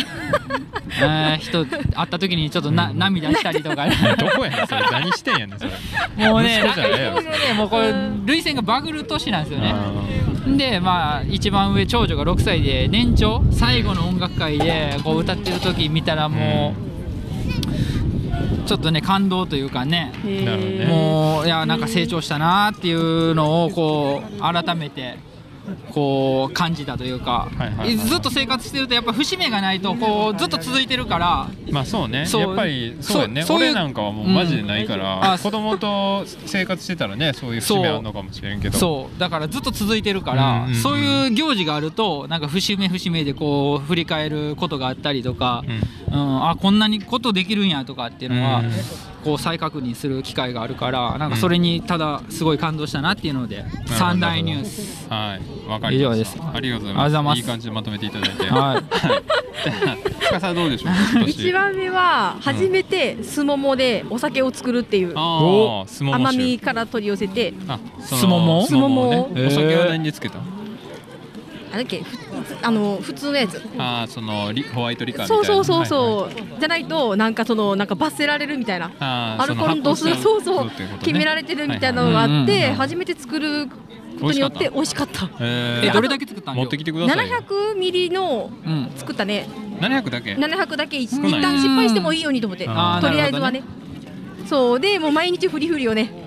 [SPEAKER 6] あー人会った時にちょっとな涙したりと か
[SPEAKER 1] どこやねんそれ何してんやねんそれ
[SPEAKER 6] もうね
[SPEAKER 1] 息子じゃないや
[SPEAKER 6] なん
[SPEAKER 1] ろ
[SPEAKER 6] かいろいろねもうこれ涙腺がバグる年なんですよね。でまあ一番上長女が6歳で年長最後の音楽会でこう歌ってる時見たらもうちょっとね感動というかね
[SPEAKER 5] へー
[SPEAKER 1] なるほどね
[SPEAKER 6] もういやなんか成長したなっていうのをこう改めて。こう感じたというか、
[SPEAKER 1] はいはいはいはい
[SPEAKER 6] ずっと生活してるとやっぱ節目がないとこうずっと続いてるから
[SPEAKER 1] まあそうね
[SPEAKER 6] そう
[SPEAKER 1] やっぱりそうやね
[SPEAKER 6] そうそういう
[SPEAKER 1] 俺なんかはもうマジでないから、
[SPEAKER 6] うんあ
[SPEAKER 1] 子供と生活してたらねそういう節目あんのかもしれんけど
[SPEAKER 6] そうだからずっと続いてるから、
[SPEAKER 1] うんうんうん
[SPEAKER 6] そういう行事があるとなんか節目節目でこう振り返ることがあったりとか、
[SPEAKER 1] うん
[SPEAKER 6] うん、あこんなにことできるんやとかっていうのは、
[SPEAKER 1] うん
[SPEAKER 6] こう再確認する機会があるからなんかそれにただすごい感動したなっていうので、三大ニュース
[SPEAKER 1] はいわかりました
[SPEAKER 6] 以上です
[SPEAKER 1] ありがとうござい
[SPEAKER 6] あ
[SPEAKER 1] ま
[SPEAKER 6] りがとうご
[SPEAKER 1] す
[SPEAKER 6] ざいます
[SPEAKER 1] い感じでまとめていただいて
[SPEAKER 6] はい
[SPEAKER 1] つかさんどう でしょう今年
[SPEAKER 5] 一番目は初めてすももでお酒を作るっていう
[SPEAKER 1] ああすもも
[SPEAKER 5] 奄
[SPEAKER 1] 酒
[SPEAKER 5] 美から取り寄せて
[SPEAKER 1] あその
[SPEAKER 6] すもも
[SPEAKER 1] すももね
[SPEAKER 5] すも
[SPEAKER 1] お酒は何につけた
[SPEAKER 5] あだっけふあの普通のやつ
[SPEAKER 1] ああそのリホワイトリカーみたい
[SPEAKER 5] そう
[SPEAKER 1] な
[SPEAKER 5] そうそう
[SPEAKER 1] はい
[SPEAKER 5] そう、
[SPEAKER 1] はい
[SPEAKER 5] じゃないとなんかそのなんか罰せられるみたいな
[SPEAKER 1] あー
[SPEAKER 5] アルコールの度数
[SPEAKER 1] その
[SPEAKER 5] そうそ
[SPEAKER 1] そう
[SPEAKER 5] う
[SPEAKER 1] っていうことね
[SPEAKER 5] 決められてるみたいなのがあって、
[SPEAKER 6] はいはい
[SPEAKER 5] 初めて作ることによって美味しかった
[SPEAKER 1] え
[SPEAKER 6] え
[SPEAKER 1] ー
[SPEAKER 6] どれだけ作ったん
[SPEAKER 1] 持ってきてくださいよ
[SPEAKER 5] 700ミリの
[SPEAKER 6] うん
[SPEAKER 5] 作ったね
[SPEAKER 1] 700だけ
[SPEAKER 5] 700だけ一
[SPEAKER 1] 少ない
[SPEAKER 5] 一旦失敗してもいいようにと思って
[SPEAKER 1] あ
[SPEAKER 6] ー
[SPEAKER 5] とりあえずは
[SPEAKER 6] な
[SPEAKER 5] ねそうでもう毎日フリフリをね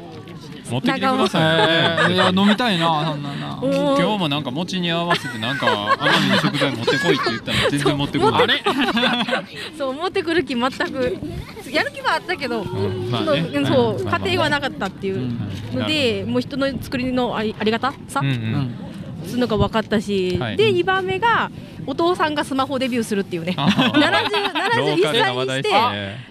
[SPEAKER 1] 持ってきてください
[SPEAKER 6] えーいや飲みた いなそんなな
[SPEAKER 5] おー
[SPEAKER 1] 今日もなんか餅に合わせてなんか奄美の食材持ってこいって言ったのに全然持ってこないあれ
[SPEAKER 5] そう持ってくる気全くやる気はあったけど、
[SPEAKER 1] んまあ
[SPEAKER 5] その
[SPEAKER 1] ね
[SPEAKER 5] うんそう、
[SPEAKER 1] うんまあまあ
[SPEAKER 5] 家庭はなかったっていううんので、もう人の作りのありありがたさ、
[SPEAKER 1] うんう
[SPEAKER 6] うん
[SPEAKER 1] ん
[SPEAKER 5] するのが分かったし、
[SPEAKER 1] はい
[SPEAKER 5] で2番目がお父さんがスマホデビューするっていうね
[SPEAKER 1] あ ーローカルな話題ですねいいっ
[SPEAKER 5] 70 71歳にしてそう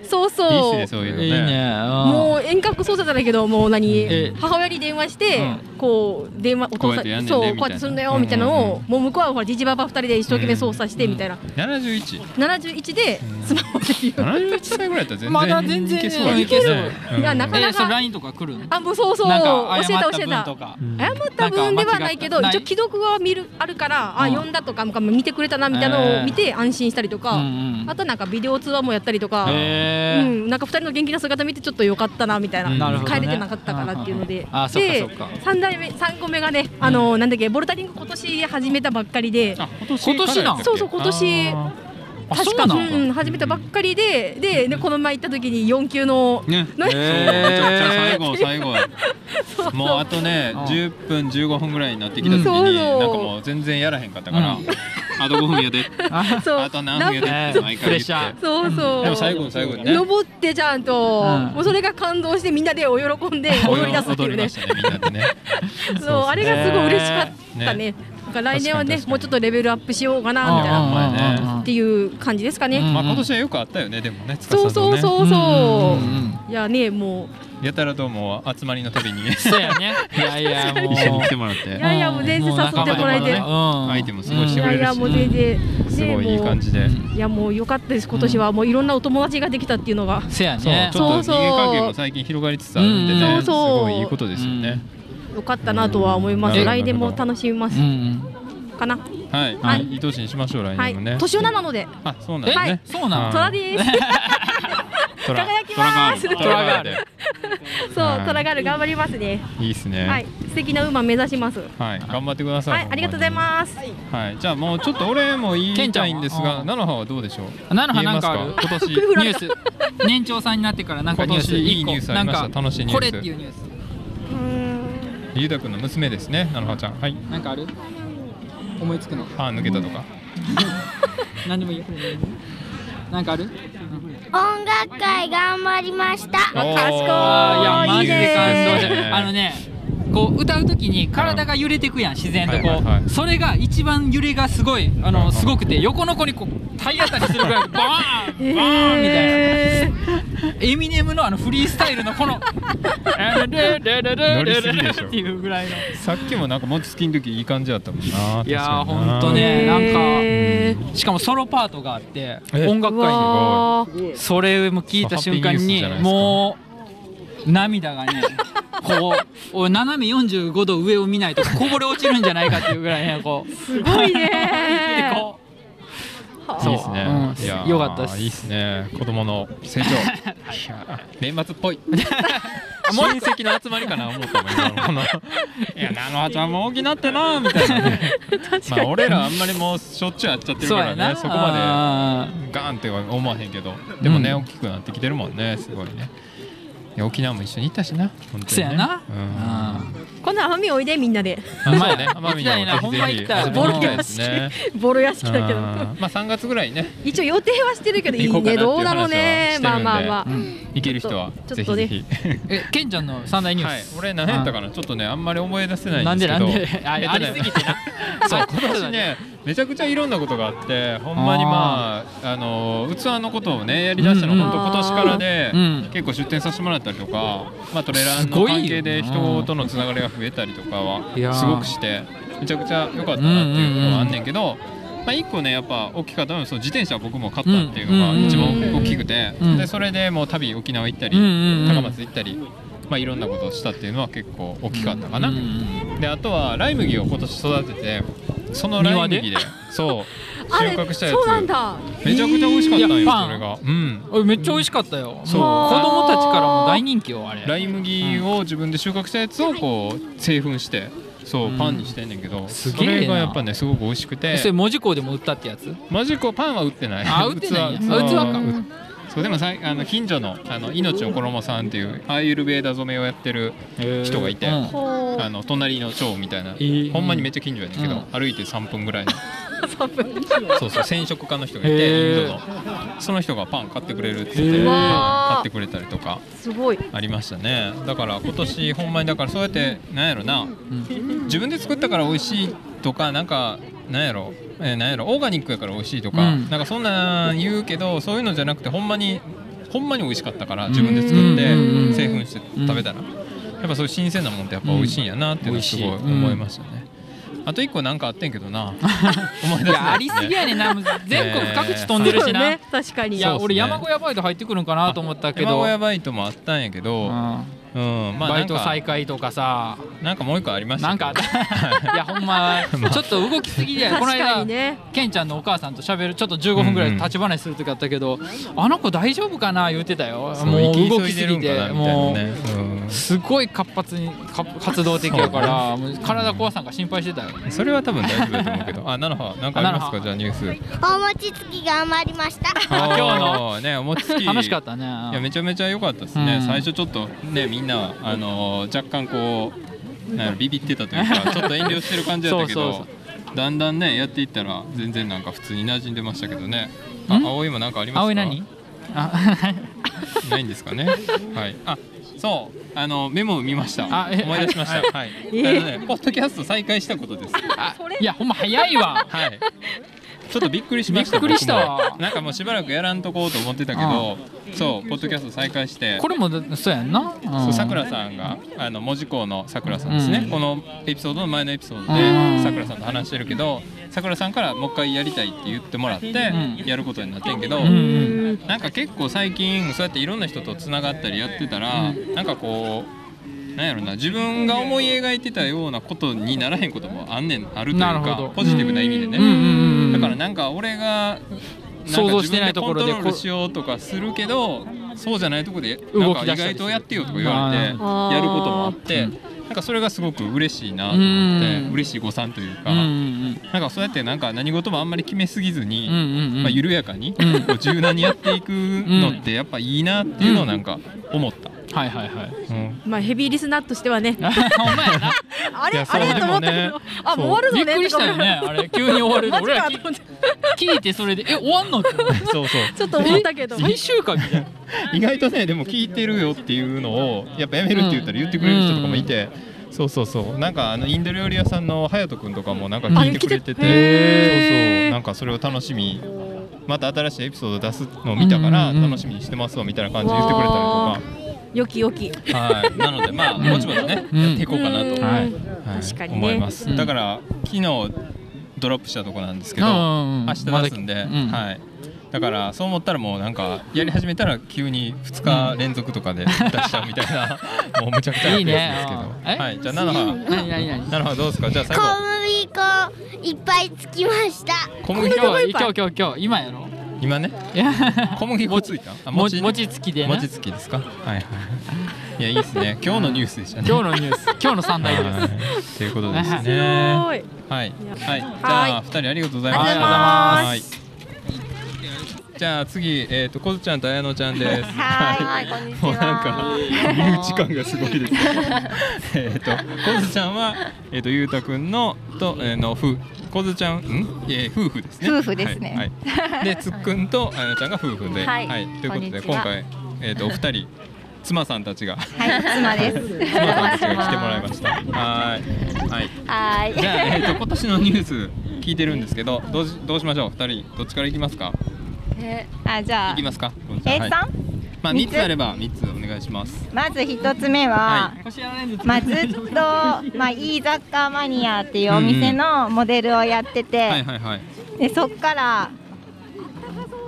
[SPEAKER 5] そ
[SPEAKER 1] す
[SPEAKER 5] う
[SPEAKER 1] ねそういうの
[SPEAKER 6] いいね
[SPEAKER 5] もう遠隔操作じゃないけどもう
[SPEAKER 6] え
[SPEAKER 5] 何母親に電話して、
[SPEAKER 6] う
[SPEAKER 5] こう電話お
[SPEAKER 1] こう
[SPEAKER 5] 父
[SPEAKER 1] や
[SPEAKER 5] さ
[SPEAKER 1] っ
[SPEAKER 5] ん
[SPEAKER 1] てやんねんね
[SPEAKER 5] そうこ
[SPEAKER 1] みたい
[SPEAKER 5] うや
[SPEAKER 1] な
[SPEAKER 5] ってするんだよみたいなのを、
[SPEAKER 1] うん
[SPEAKER 5] もう向こうはほらジジババ2人で一生懸命操作してみたいな、
[SPEAKER 1] 71
[SPEAKER 5] 71でスマホデビュー、
[SPEAKER 1] 71歳ぐらいだった
[SPEAKER 6] ま
[SPEAKER 1] ら
[SPEAKER 6] だ
[SPEAKER 1] 全
[SPEAKER 6] 全
[SPEAKER 1] 然
[SPEAKER 6] 然
[SPEAKER 1] いけそうだね
[SPEAKER 6] いけそう
[SPEAKER 1] うん
[SPEAKER 5] いやなか
[SPEAKER 6] え
[SPEAKER 5] な
[SPEAKER 6] それ
[SPEAKER 5] か
[SPEAKER 6] LINE とか来るの
[SPEAKER 5] あもうそうそう教
[SPEAKER 6] な
[SPEAKER 5] え
[SPEAKER 6] ん
[SPEAKER 5] た
[SPEAKER 6] か謝った
[SPEAKER 5] 教え
[SPEAKER 6] 分
[SPEAKER 5] た
[SPEAKER 6] とか
[SPEAKER 5] 謝った分ではないけど
[SPEAKER 6] なん
[SPEAKER 5] 一
[SPEAKER 6] か
[SPEAKER 5] 応既読は見るあるから、あ
[SPEAKER 6] うん
[SPEAKER 5] 読んだとか見てくれたなみたいなのを見て安心したりとか、
[SPEAKER 6] うんうん
[SPEAKER 5] あとなんかビデオ通話もやったりとか、う
[SPEAKER 6] へえ
[SPEAKER 5] ん、なんか2人の元気な姿見てちょっと良かったなみたいな,、
[SPEAKER 1] うんなるほど
[SPEAKER 6] ね
[SPEAKER 5] 帰れてなかったからっていうので、
[SPEAKER 6] あそっかそ
[SPEAKER 5] で
[SPEAKER 6] っか
[SPEAKER 5] 3代目三個目がねあの、なんだっけボルダリング今年始めたばっかりで
[SPEAKER 1] あ今年
[SPEAKER 6] 今年なん
[SPEAKER 1] からやったっけ
[SPEAKER 5] そうそう今年
[SPEAKER 1] あーあ
[SPEAKER 5] 確
[SPEAKER 1] そう
[SPEAKER 5] か
[SPEAKER 1] なの
[SPEAKER 5] うん始めたばっかりでででこの前行った時に4級の、
[SPEAKER 1] ね
[SPEAKER 5] の
[SPEAKER 1] そうめちゃくちゃ最後最後
[SPEAKER 5] そうそう
[SPEAKER 1] もうあとね
[SPEAKER 6] うん
[SPEAKER 1] 10分15分ぐらいになってきた時
[SPEAKER 5] うんそう
[SPEAKER 1] に
[SPEAKER 5] そう
[SPEAKER 1] なんかもう全然やらへんかったから
[SPEAKER 6] うん
[SPEAKER 1] あと5分やで
[SPEAKER 6] あ
[SPEAKER 5] そう
[SPEAKER 1] あと何分やでって毎
[SPEAKER 6] プレ
[SPEAKER 1] 回
[SPEAKER 6] ッシ
[SPEAKER 1] 言っ
[SPEAKER 6] ャ
[SPEAKER 1] て
[SPEAKER 5] そうそう
[SPEAKER 1] でも最後の最後にね
[SPEAKER 5] 登ってちゃんと、
[SPEAKER 6] うん
[SPEAKER 5] もうそれが感動してみんなでお喜 んで踊り出すってい
[SPEAKER 1] 踊
[SPEAKER 5] う
[SPEAKER 1] り
[SPEAKER 5] ね
[SPEAKER 1] ましたねみんなでね
[SPEAKER 5] そうあれがすごい嬉しかったね
[SPEAKER 1] ね
[SPEAKER 5] なんか来年は
[SPEAKER 1] 確かに確
[SPEAKER 5] ね
[SPEAKER 1] かに
[SPEAKER 5] もうちょっとレベルアップしようかな
[SPEAKER 1] う
[SPEAKER 5] みたい
[SPEAKER 1] ん
[SPEAKER 5] な
[SPEAKER 1] うんうんう
[SPEAKER 5] っ
[SPEAKER 6] ん
[SPEAKER 5] ていう感じですかね、
[SPEAKER 6] うん
[SPEAKER 1] まあ今年はよくあったよねでもね司
[SPEAKER 5] そう
[SPEAKER 1] の
[SPEAKER 5] そう
[SPEAKER 1] ね
[SPEAKER 5] そうそう
[SPEAKER 6] うんうんうん
[SPEAKER 5] いやねも
[SPEAKER 1] やたらどうも集まりのたびに
[SPEAKER 6] そうやねいやいやもう
[SPEAKER 1] 一緒に来てもらって
[SPEAKER 5] いやいやもう全然誘ってもらえて
[SPEAKER 1] アイテムすごいう
[SPEAKER 5] い
[SPEAKER 1] してく
[SPEAKER 5] や
[SPEAKER 1] れ
[SPEAKER 5] い
[SPEAKER 1] る
[SPEAKER 5] や
[SPEAKER 1] し
[SPEAKER 5] もう全然
[SPEAKER 1] すごいいい感じで
[SPEAKER 5] いやもう良かったです今年はもういろんなお友達ができたっていうのが
[SPEAKER 6] せや
[SPEAKER 1] そう
[SPEAKER 6] ね
[SPEAKER 1] ちょっと
[SPEAKER 5] そうそう
[SPEAKER 1] 逃げ加減も最近広がりつつあるんで
[SPEAKER 6] う
[SPEAKER 1] ね
[SPEAKER 6] ん
[SPEAKER 1] す
[SPEAKER 5] そうそう
[SPEAKER 1] ごいいいことですよね
[SPEAKER 5] 良かったなとは思いま
[SPEAKER 1] う
[SPEAKER 5] す
[SPEAKER 1] ん
[SPEAKER 5] 来年も楽しみます
[SPEAKER 6] うんうん
[SPEAKER 5] かな
[SPEAKER 1] はい
[SPEAKER 6] はい
[SPEAKER 1] いい年にしましょう来
[SPEAKER 5] は
[SPEAKER 1] 年
[SPEAKER 5] い
[SPEAKER 1] もね
[SPEAKER 5] 年女なので
[SPEAKER 1] あそうなん
[SPEAKER 6] え、
[SPEAKER 1] だね
[SPEAKER 6] そうなの、
[SPEAKER 5] 虎です
[SPEAKER 1] トラ
[SPEAKER 5] 輝きます
[SPEAKER 1] トラガールトラガール
[SPEAKER 6] トラ
[SPEAKER 1] で
[SPEAKER 5] そうトラガール頑張りますね
[SPEAKER 1] いいですね
[SPEAKER 5] はい素敵な馬目指します
[SPEAKER 1] はい頑張ってくださ
[SPEAKER 5] はいいありがとうございます
[SPEAKER 1] すはいじゃあもうちょっと俺も言いたいんです
[SPEAKER 6] ケンちゃん
[SPEAKER 1] が菜
[SPEAKER 6] は
[SPEAKER 1] の葉はどうでしょう
[SPEAKER 6] 菜の葉なんかある
[SPEAKER 1] 言えます 今年
[SPEAKER 6] ニュース年長さんになってからなんかニュース
[SPEAKER 1] 今年いい
[SPEAKER 6] 一個
[SPEAKER 1] ニュースありました
[SPEAKER 6] なんか
[SPEAKER 1] 楽しいニュース
[SPEAKER 6] これっていうニュース
[SPEAKER 4] うーん
[SPEAKER 1] ゆうたくんの娘ですね菜の葉ちゃんはい
[SPEAKER 6] なんかある思いつくの
[SPEAKER 1] 歯抜けたとか
[SPEAKER 6] 何でもいいよなんかある
[SPEAKER 4] 音楽会頑張りました
[SPEAKER 1] おー
[SPEAKER 5] 賢い
[SPEAKER 1] や
[SPEAKER 5] い
[SPEAKER 1] 感動
[SPEAKER 5] いね
[SPEAKER 6] そう
[SPEAKER 1] じ
[SPEAKER 6] じ
[SPEAKER 1] ゃ
[SPEAKER 6] ゃ
[SPEAKER 1] な
[SPEAKER 6] ないいあのねこう歌うときに体が揺れてくやん自然とこ
[SPEAKER 1] はいはいはいう
[SPEAKER 6] それが一番揺れがすごいあ
[SPEAKER 1] はいは
[SPEAKER 6] の
[SPEAKER 1] い
[SPEAKER 6] すごくて横の子にこう体当たりす るぐらいバーンバーンみたいな
[SPEAKER 5] えー
[SPEAKER 6] エミネムのあのフリースタイルの この乗
[SPEAKER 1] りすぎでしょ
[SPEAKER 6] っていうぐらいの
[SPEAKER 1] さっきもなんか餅つきの時いい感じだったもんない
[SPEAKER 6] いやーほん
[SPEAKER 1] 本当
[SPEAKER 6] とね
[SPEAKER 5] えー
[SPEAKER 6] しかもソロパートがあって
[SPEAKER 1] え
[SPEAKER 6] 音楽
[SPEAKER 5] う
[SPEAKER 6] 会
[SPEAKER 5] わー
[SPEAKER 6] にそれも聞いた瞬間に
[SPEAKER 1] ハッピーニュースじゃないですか
[SPEAKER 6] もう涙が ねこうおい斜め45度上を見ないとこぼれ落ちるんじゃないかっていうぐらいねこうす
[SPEAKER 5] ごいね
[SPEAKER 1] い いですね、
[SPEAKER 6] うん
[SPEAKER 1] いやー
[SPEAKER 6] よかったっす
[SPEAKER 1] いいですね子供の成 長いやー年末っぽい親戚の集まりかな思ったもん今のこのいや菜の葉ちゃんも大きなってなみたいな、ね、まあ俺らあんまりもうしょっちゅう会っちゃってる
[SPEAKER 6] そう
[SPEAKER 1] か
[SPEAKER 6] や
[SPEAKER 1] らね
[SPEAKER 6] な
[SPEAKER 1] そこま
[SPEAKER 6] で
[SPEAKER 1] でガーンっては思わへんけどでもね、
[SPEAKER 6] うん
[SPEAKER 1] 大きくなってきてるもんねすごいねいや沖縄も一緒に行ったしな本当に、ね、
[SPEAKER 6] そうやな
[SPEAKER 1] うん
[SPEAKER 5] 今度は海おいでみんなで
[SPEAKER 1] うまいね。奄美
[SPEAKER 6] 行きたいな
[SPEAKER 1] にもぜひぜひ遊びに
[SPEAKER 6] ほんま
[SPEAKER 1] 行
[SPEAKER 6] 行きたい
[SPEAKER 1] きたいですね。
[SPEAKER 5] ボロ屋敷
[SPEAKER 1] うん
[SPEAKER 5] だけど
[SPEAKER 1] まあ三月ぐらいね、
[SPEAKER 5] 一応予定はしてるけどい
[SPEAKER 1] 行こうかなっ
[SPEAKER 5] いね
[SPEAKER 1] ていう
[SPEAKER 5] どうだろうね
[SPEAKER 1] 話は
[SPEAKER 5] まあ
[SPEAKER 1] してるんで
[SPEAKER 5] まあまあ
[SPEAKER 1] 行ける人は
[SPEAKER 5] ちょ
[SPEAKER 1] ぜ
[SPEAKER 5] っ
[SPEAKER 1] ひ
[SPEAKER 5] と
[SPEAKER 1] ぜひ。
[SPEAKER 6] えケンちゃんの三大ニュ
[SPEAKER 1] はい
[SPEAKER 6] ー、ス、
[SPEAKER 1] 俺何やったかな、ちょっとね、あんまり思い出せないんですけど。
[SPEAKER 6] なんでなんであ
[SPEAKER 1] えっとね
[SPEAKER 6] ありすぎてな
[SPEAKER 1] そう、今年ね、めちゃくちゃいろんなことがあって、ほんまにまあ、あの器のことをね、やりだしたの、
[SPEAKER 6] うんうん
[SPEAKER 1] 本当今年からで、
[SPEAKER 6] うん
[SPEAKER 1] 結構出店させてもらったりとか。まあ、トレーラー
[SPEAKER 6] す
[SPEAKER 1] の
[SPEAKER 6] ごいよな
[SPEAKER 1] 関係で、人とのつながりが増えたりとか
[SPEAKER 6] いや
[SPEAKER 1] は、
[SPEAKER 6] ー
[SPEAKER 1] すごくして。めちゃくちゃ良かったなっていうのはあんねんけど。まあ、一個ねやっぱ大きかったのはその自転車を僕も買ったっていうのが一番大きくて、
[SPEAKER 6] うんうん
[SPEAKER 1] でそれでもう旅沖縄行ったり、
[SPEAKER 6] うんうんうん
[SPEAKER 1] 高松行ったり、まあ、いろんなことをしたっていうのは結構大きかったかな、
[SPEAKER 6] うん
[SPEAKER 1] であとはライ麦を今年育ててそのライ麦で
[SPEAKER 6] 庭
[SPEAKER 1] そう
[SPEAKER 5] あ
[SPEAKER 1] 収
[SPEAKER 5] れ
[SPEAKER 1] 穫したや
[SPEAKER 5] そうなん
[SPEAKER 1] つ
[SPEAKER 5] だ
[SPEAKER 1] めちゃくちゃ美味しかったん
[SPEAKER 6] い
[SPEAKER 1] よ
[SPEAKER 6] やパン
[SPEAKER 1] それがうん
[SPEAKER 6] あめっちゃ美味しかったよ
[SPEAKER 1] そう
[SPEAKER 6] も子供たちからも大人気よあれ
[SPEAKER 1] ライ麦を自分で収穫したやつをこう製粉してそううんパンにしてんねんけど
[SPEAKER 6] す
[SPEAKER 1] そ
[SPEAKER 6] げえな
[SPEAKER 1] れがやっぱねすごく美味しくて
[SPEAKER 6] えそれ文字工でも売ったってやつ
[SPEAKER 1] マジックをパンは売ってない
[SPEAKER 6] あ売ってないんや
[SPEAKER 1] 器
[SPEAKER 6] あ器か
[SPEAKER 1] うんそうでもさいあの近所のあの命おころもさんっていうアーユルベーダ染めをやってる人がいて、
[SPEAKER 6] うん
[SPEAKER 5] ほ
[SPEAKER 1] あの隣の町みたいな、
[SPEAKER 6] ー
[SPEAKER 1] ほんまにめっちゃ近所やねんけど、
[SPEAKER 6] うん
[SPEAKER 1] 歩いて3分ぐ らいの
[SPEAKER 5] う3分
[SPEAKER 1] そうそう染色家の人がい
[SPEAKER 6] へ
[SPEAKER 1] て
[SPEAKER 6] ー
[SPEAKER 1] インドのその人がパン買ってくれるって言って
[SPEAKER 6] へ
[SPEAKER 1] て
[SPEAKER 6] ー
[SPEAKER 1] 買ってくれたりとか
[SPEAKER 5] すごい
[SPEAKER 1] ありましたねだから今年ほんまにだからそうやってなんやろな、自分で作ったから美味しいとかなんかなんやろ、えーなんやろオーガニックやから美味しいとか、
[SPEAKER 6] うん
[SPEAKER 1] なんかそんなん言うけどそういうのじゃなくてほんまにほんまに美味しかったから自分で作って製粉して食べたら、やっぱそういう新鮮なもんってやっぱ美味しいんやなっていうのはすごい思いましたね、あと一個なんかあってんけどな思い出せない
[SPEAKER 6] いやありすぎや
[SPEAKER 1] ね
[SPEAKER 6] ねんなもう全国各地飛んでる
[SPEAKER 5] そう
[SPEAKER 6] しな、
[SPEAKER 5] ね確かに
[SPEAKER 6] い
[SPEAKER 1] そうっ
[SPEAKER 6] や
[SPEAKER 1] すね
[SPEAKER 6] 俺山小屋バイト入ってくるんかなと思ったけ
[SPEAKER 1] 山
[SPEAKER 6] ど
[SPEAKER 1] 小屋バイトもあったんやけど、
[SPEAKER 6] う
[SPEAKER 1] うん
[SPEAKER 6] ん
[SPEAKER 1] まあ
[SPEAKER 6] バ
[SPEAKER 1] な
[SPEAKER 6] イ
[SPEAKER 1] ん
[SPEAKER 6] ト再
[SPEAKER 1] か
[SPEAKER 6] 開とかさ
[SPEAKER 1] なんかもう一個ありました
[SPEAKER 6] なん
[SPEAKER 1] けど
[SPEAKER 6] かあったいやほんま
[SPEAKER 1] まあ
[SPEAKER 6] ちょっと動きすぎだよ
[SPEAKER 5] 確
[SPEAKER 6] こ
[SPEAKER 5] か
[SPEAKER 6] の間
[SPEAKER 5] にね
[SPEAKER 6] ケンちゃんのお母さんと喋るちょっと15分ぐらい立ち話する時あったけど、あの子大丈夫かな言ってたよ
[SPEAKER 1] そう
[SPEAKER 6] もう
[SPEAKER 1] 行急
[SPEAKER 6] 動き
[SPEAKER 1] いでする
[SPEAKER 6] ぎ
[SPEAKER 1] んかな
[SPEAKER 6] て
[SPEAKER 1] みたいな
[SPEAKER 6] も
[SPEAKER 1] ねうん
[SPEAKER 6] うすごい活発にか活動的や からもう体壊さんか心配してたよ
[SPEAKER 1] それは多分大丈夫だと思うけど。 あ、七波、なんかありますか、じゃあニュース。
[SPEAKER 4] お餅つき頑張りました。
[SPEAKER 1] 今日のね、お餅つき。
[SPEAKER 6] 楽しかった
[SPEAKER 1] いや、
[SPEAKER 6] ね
[SPEAKER 1] めちゃめちゃ良かったですね。
[SPEAKER 6] うん
[SPEAKER 1] 最初ちょっと、ね、みんな、あのー、若干こう。なんやろビビってたという か、ちょっと遠慮してる感じだったけど。
[SPEAKER 6] そうそう
[SPEAKER 1] だんだんね、やっていったら、全然なんか普通に馴染んでましたけどね。あ、
[SPEAKER 6] ん
[SPEAKER 1] 葵もなんかありますか。
[SPEAKER 6] 葵何あ
[SPEAKER 1] ないんですかね。はい。あ。そう、あのメモを見ました。
[SPEAKER 6] あえ
[SPEAKER 1] 思い出しました。はい。あのねポッドキャスト再開したことです。
[SPEAKER 6] あいやほんま早 いわ
[SPEAKER 1] はい。ちょっとびっくりしました。
[SPEAKER 6] びっくりしたわ
[SPEAKER 1] 僕もなんかもうしばらくやらんとこうと思ってたけど、そうポッドキャスト再開して。
[SPEAKER 6] これもだそうやんな
[SPEAKER 1] そうさ
[SPEAKER 6] さ
[SPEAKER 1] く
[SPEAKER 6] く
[SPEAKER 1] ら
[SPEAKER 6] ら
[SPEAKER 1] さんがあの門司港のさくらさんですね、
[SPEAKER 6] うん
[SPEAKER 1] このエピソードの前のエピソード
[SPEAKER 6] う
[SPEAKER 1] で
[SPEAKER 6] ん
[SPEAKER 1] さくらさんと話してるけどさくらさんからもう一回やりたいって言ってもらって
[SPEAKER 6] ん
[SPEAKER 1] やることになってんけど、
[SPEAKER 6] うんうん
[SPEAKER 1] なんか結構最近そうやっていろんな人とつながったりやってたら、なんかこうなんやろな自分が思い描いてたようなことにならへんこともあんねんあるという
[SPEAKER 6] なるほど
[SPEAKER 1] かポジティブな意味でね。
[SPEAKER 6] うんうんうん
[SPEAKER 1] だからなんか俺が
[SPEAKER 6] 想像してないところで
[SPEAKER 1] なんか自分コントロールしようとかするけどそうじゃないところでなん
[SPEAKER 6] 動
[SPEAKER 1] か
[SPEAKER 6] き
[SPEAKER 1] 意
[SPEAKER 6] 出したりする
[SPEAKER 1] 外とやってよとか言われてやること
[SPEAKER 5] あー
[SPEAKER 1] もあってなんかそれがすごく嬉しいなと思っ
[SPEAKER 6] う
[SPEAKER 1] て
[SPEAKER 6] ん
[SPEAKER 1] 嬉しい誤算というか
[SPEAKER 6] うん
[SPEAKER 1] なんかそうやってなんか何事もあんまり決めすぎずに
[SPEAKER 6] うんうんうんうん
[SPEAKER 1] まあ緩やかに
[SPEAKER 6] うん
[SPEAKER 1] こう柔軟にやっていくのってやっぱいいなっていうのをなんか思った。
[SPEAKER 6] はいはいはい
[SPEAKER 1] うん
[SPEAKER 5] まあヘビーリスナーとしてはね
[SPEAKER 6] ほんまやな
[SPEAKER 5] あ
[SPEAKER 1] い
[SPEAKER 5] れ
[SPEAKER 1] や
[SPEAKER 5] あれ
[SPEAKER 1] そう
[SPEAKER 5] と思ったけ
[SPEAKER 1] でも
[SPEAKER 5] ど
[SPEAKER 1] ね
[SPEAKER 5] あもう終わるの
[SPEAKER 6] び
[SPEAKER 5] ね
[SPEAKER 6] っくりしたよねあれ急に終わる
[SPEAKER 5] マジ
[SPEAKER 6] 俺ら
[SPEAKER 5] か
[SPEAKER 6] 聞
[SPEAKER 5] と
[SPEAKER 6] い
[SPEAKER 5] 思って
[SPEAKER 6] 聞いてそれでえ終わんのって
[SPEAKER 1] そうそう
[SPEAKER 5] ちょっと思ったけ ど
[SPEAKER 6] 最終回みたいな
[SPEAKER 1] 意外とねでも聞いてるよっていうのをやっぱやめるって言ったら言ってくれる人とかもいて、そうそうそうなんかあのインド料理屋さんの隼人君とかもなんか聞いてくれて
[SPEAKER 5] あ
[SPEAKER 1] てそうそうなんかそれを楽しみまた新しいエピソード出すのを見たから
[SPEAKER 6] うんうんうん
[SPEAKER 1] 楽しみにしてますわみたいな感じで言ってくれたり
[SPEAKER 5] よきよき
[SPEAKER 1] とか、はい、なのでまあぼちぼちね、
[SPEAKER 6] うん
[SPEAKER 1] やっていこうかなと、
[SPEAKER 5] う
[SPEAKER 1] はい
[SPEAKER 5] んはい確かにね
[SPEAKER 1] 思います、
[SPEAKER 6] うん
[SPEAKER 1] だから昨日ドロップしたとこなんですけど、
[SPEAKER 6] うんうんうん
[SPEAKER 1] 明日出すんで、
[SPEAKER 6] まだうん
[SPEAKER 1] はい。だからそう思ったらもうなんかやり始めたら急に2日連続とかで出しちゃうみたい な、もうむちゃくちゃなペースですけど
[SPEAKER 6] いいねえ
[SPEAKER 1] はいじゃあ奈々
[SPEAKER 6] 何何何
[SPEAKER 1] 波奈々波どうですかじゃあ最
[SPEAKER 4] 小
[SPEAKER 1] 後
[SPEAKER 4] 麦粉いっぱいつきました。
[SPEAKER 1] 小
[SPEAKER 6] 今
[SPEAKER 1] 麦
[SPEAKER 6] 日
[SPEAKER 1] 粉
[SPEAKER 6] 今日今日今日今やろ
[SPEAKER 1] 今 ね
[SPEAKER 6] いや
[SPEAKER 1] 小麦粉ついたあ
[SPEAKER 6] も
[SPEAKER 1] ね
[SPEAKER 6] 餅つきでな
[SPEAKER 1] 餅つきですかはいはいいやいいですね今日のニュースでしたね
[SPEAKER 6] 今日のニュース今日の三大ニュース
[SPEAKER 1] はいということです
[SPEAKER 5] すご
[SPEAKER 1] ね
[SPEAKER 5] い
[SPEAKER 1] はいはいじゃあ2人ありがとうございまし
[SPEAKER 5] ありがとうござい
[SPEAKER 1] た
[SPEAKER 5] ます
[SPEAKER 1] はいじゃあ次えっとこずちゃんと綾乃ちゃんです
[SPEAKER 4] はい、こんにち
[SPEAKER 1] もうなん
[SPEAKER 4] は
[SPEAKER 1] か。言う時間がすごいです、ね。えっとコズちゃんはえっ、とゆうたくんのと、えー、の夫コズちゃんん、えー、夫婦ですね。
[SPEAKER 7] 夫婦ですね
[SPEAKER 1] はいはいでつっくんとあやなちゃんが夫婦で、
[SPEAKER 7] はい
[SPEAKER 1] ということで
[SPEAKER 7] こんにちは
[SPEAKER 1] 今回えっ、とお二人妻さんたちが
[SPEAKER 7] はい、妻です。
[SPEAKER 1] 妻さんたちが来てもらいました。はーいはい。
[SPEAKER 7] は い。
[SPEAKER 1] じゃあえっ、と今年のニュース聞いてるんですけどどうしどうしましょう二人どっちから行きますか
[SPEAKER 7] えーあ、じゃ
[SPEAKER 1] 行
[SPEAKER 7] あ
[SPEAKER 1] き。ますか。
[SPEAKER 7] え
[SPEAKER 1] は
[SPEAKER 7] ー、
[SPEAKER 1] い
[SPEAKER 7] さん、
[SPEAKER 1] まあ三
[SPEAKER 7] 三つ
[SPEAKER 1] つあれば三つお願いします。
[SPEAKER 7] まず一つ目は。まあ、ずっと、まあ、いい雑貨マニアっていうお店のモデルをやってて、
[SPEAKER 1] はいはいはい。
[SPEAKER 7] で、そっから。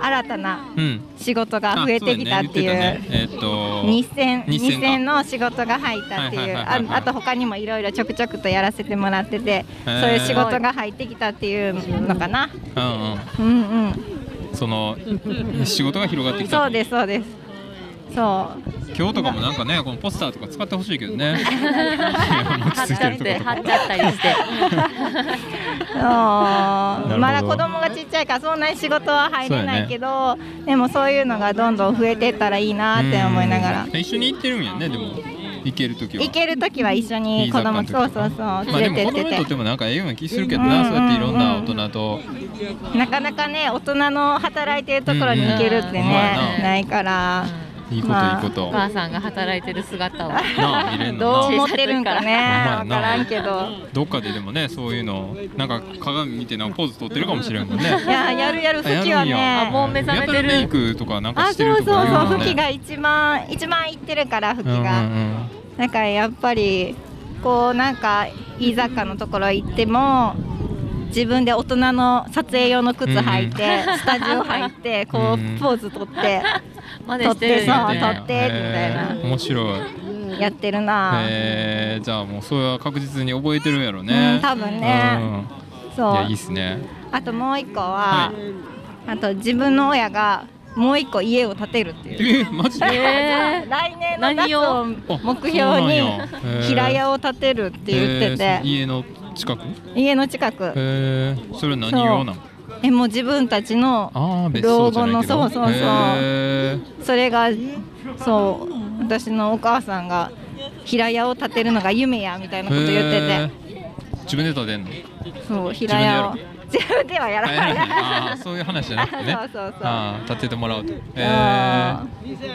[SPEAKER 7] 新たな
[SPEAKER 1] うん
[SPEAKER 7] 仕事が増えてきたっていう。
[SPEAKER 1] あそうだね言ってたねえっと
[SPEAKER 7] 日線
[SPEAKER 1] 日
[SPEAKER 7] 日
[SPEAKER 1] 線が
[SPEAKER 7] 線の仕事が入ったっていう
[SPEAKER 1] はいはいはい
[SPEAKER 7] あ
[SPEAKER 1] はい
[SPEAKER 7] あと他にもいろいろちょくちょくとやらせてもらってて
[SPEAKER 1] へ
[SPEAKER 7] そ
[SPEAKER 1] ー
[SPEAKER 7] ういう仕事が入ってきたっていうのかな
[SPEAKER 1] うん
[SPEAKER 7] うんうん
[SPEAKER 1] うんその仕事が広がってきた
[SPEAKER 7] そうですそうですそう
[SPEAKER 1] 今日とかもなんかねこのポスターとか使ってほしいけど ね落ち着いてるとこと
[SPEAKER 8] 貼っちゃったりして
[SPEAKER 7] あ
[SPEAKER 1] なるほど
[SPEAKER 7] ーまだ子供がちっちゃいからそんなに仕事は入れないけど、でもそういうのがどんどん増えてったらいいなって思いながら
[SPEAKER 1] うん一緒に行ってるんやねでも行ける時は
[SPEAKER 7] 行ける時は一緒に子供
[SPEAKER 1] いい
[SPEAKER 7] そ
[SPEAKER 1] 雑貨
[SPEAKER 7] うそうそう
[SPEAKER 1] まあで
[SPEAKER 7] 連
[SPEAKER 1] も子
[SPEAKER 7] れてっ
[SPEAKER 1] 供
[SPEAKER 7] て
[SPEAKER 1] にとっててもなんかええような気するけどな、
[SPEAKER 7] うん
[SPEAKER 1] そうやっていろんな大人と、
[SPEAKER 7] なかなかね大人の働いてるところに行けるってね、
[SPEAKER 1] うんうんうん
[SPEAKER 7] ないから、
[SPEAKER 1] いいこといいこと、
[SPEAKER 8] お母さんが働いてる姿を
[SPEAKER 1] なあ見れん
[SPEAKER 7] どう
[SPEAKER 1] のな
[SPEAKER 7] 思ってるんかね
[SPEAKER 1] ほ
[SPEAKER 7] わ
[SPEAKER 1] んま
[SPEAKER 7] か
[SPEAKER 1] やな
[SPEAKER 7] らんけど
[SPEAKER 1] どっかででもねそういうのなんか鏡見てなんかポーズ取ってるかもしれんもん
[SPEAKER 7] い
[SPEAKER 1] ね
[SPEAKER 7] ややるやる
[SPEAKER 1] や
[SPEAKER 7] 好
[SPEAKER 1] るん
[SPEAKER 7] き
[SPEAKER 1] や
[SPEAKER 7] はね
[SPEAKER 8] あもう目覚めてる
[SPEAKER 1] やたらメイクとかなんか
[SPEAKER 7] あ
[SPEAKER 1] して
[SPEAKER 7] そう
[SPEAKER 1] る
[SPEAKER 7] そう
[SPEAKER 1] とか
[SPEAKER 7] そ
[SPEAKER 1] 言
[SPEAKER 7] う、吹き
[SPEAKER 1] もんね
[SPEAKER 7] が一番一番いってるから吹きが。
[SPEAKER 1] うんうんうん
[SPEAKER 7] なんかやっぱりこうなんか飯坂のところ行っても自分で大人の撮影用の靴履いて、スタジオ入ってこう
[SPEAKER 1] うん
[SPEAKER 7] ポーズ撮って
[SPEAKER 8] まで
[SPEAKER 7] 撮っ
[SPEAKER 8] して
[SPEAKER 7] て
[SPEAKER 8] る
[SPEAKER 7] そう
[SPEAKER 1] や
[SPEAKER 7] 撮
[SPEAKER 1] っ
[SPEAKER 7] ってて
[SPEAKER 1] んやへ
[SPEAKER 7] みたい
[SPEAKER 1] え面白い
[SPEAKER 7] なやってるな、
[SPEAKER 1] えー、じゃあもうそれは確実に覚えてるやろ
[SPEAKER 7] う
[SPEAKER 1] ね
[SPEAKER 7] ん、多分ね、
[SPEAKER 1] うんい
[SPEAKER 7] そ
[SPEAKER 1] や
[SPEAKER 7] う
[SPEAKER 1] いいっすね
[SPEAKER 7] あともう一個は、
[SPEAKER 1] は
[SPEAKER 7] あと自分の親がもう一個家を建てるっていう。
[SPEAKER 1] えマジで、
[SPEAKER 8] え
[SPEAKER 7] 来年の夏を目標
[SPEAKER 1] あそうなん
[SPEAKER 7] に
[SPEAKER 1] やへえ
[SPEAKER 7] 平屋を建てるって言って
[SPEAKER 1] え
[SPEAKER 7] て
[SPEAKER 1] ーそ家の近く
[SPEAKER 7] 家の近く
[SPEAKER 1] えー、それは何用なの
[SPEAKER 7] えもう自分たちの
[SPEAKER 1] ああ別荘じゃないけど
[SPEAKER 7] 老後のそうそうそう
[SPEAKER 1] へ
[SPEAKER 7] それがそう私のお母さんが平屋を建てるのが夢やみたいな
[SPEAKER 1] ー
[SPEAKER 7] こと言
[SPEAKER 1] へ
[SPEAKER 7] っ
[SPEAKER 1] ー自分で建てんの
[SPEAKER 7] ててそう平屋を自分ではやら
[SPEAKER 1] あやら
[SPEAKER 7] ない
[SPEAKER 1] ない あーそういう話じゃなくてね
[SPEAKER 7] あそうそうそう
[SPEAKER 1] あー建ててもらうとへえ
[SPEAKER 7] あ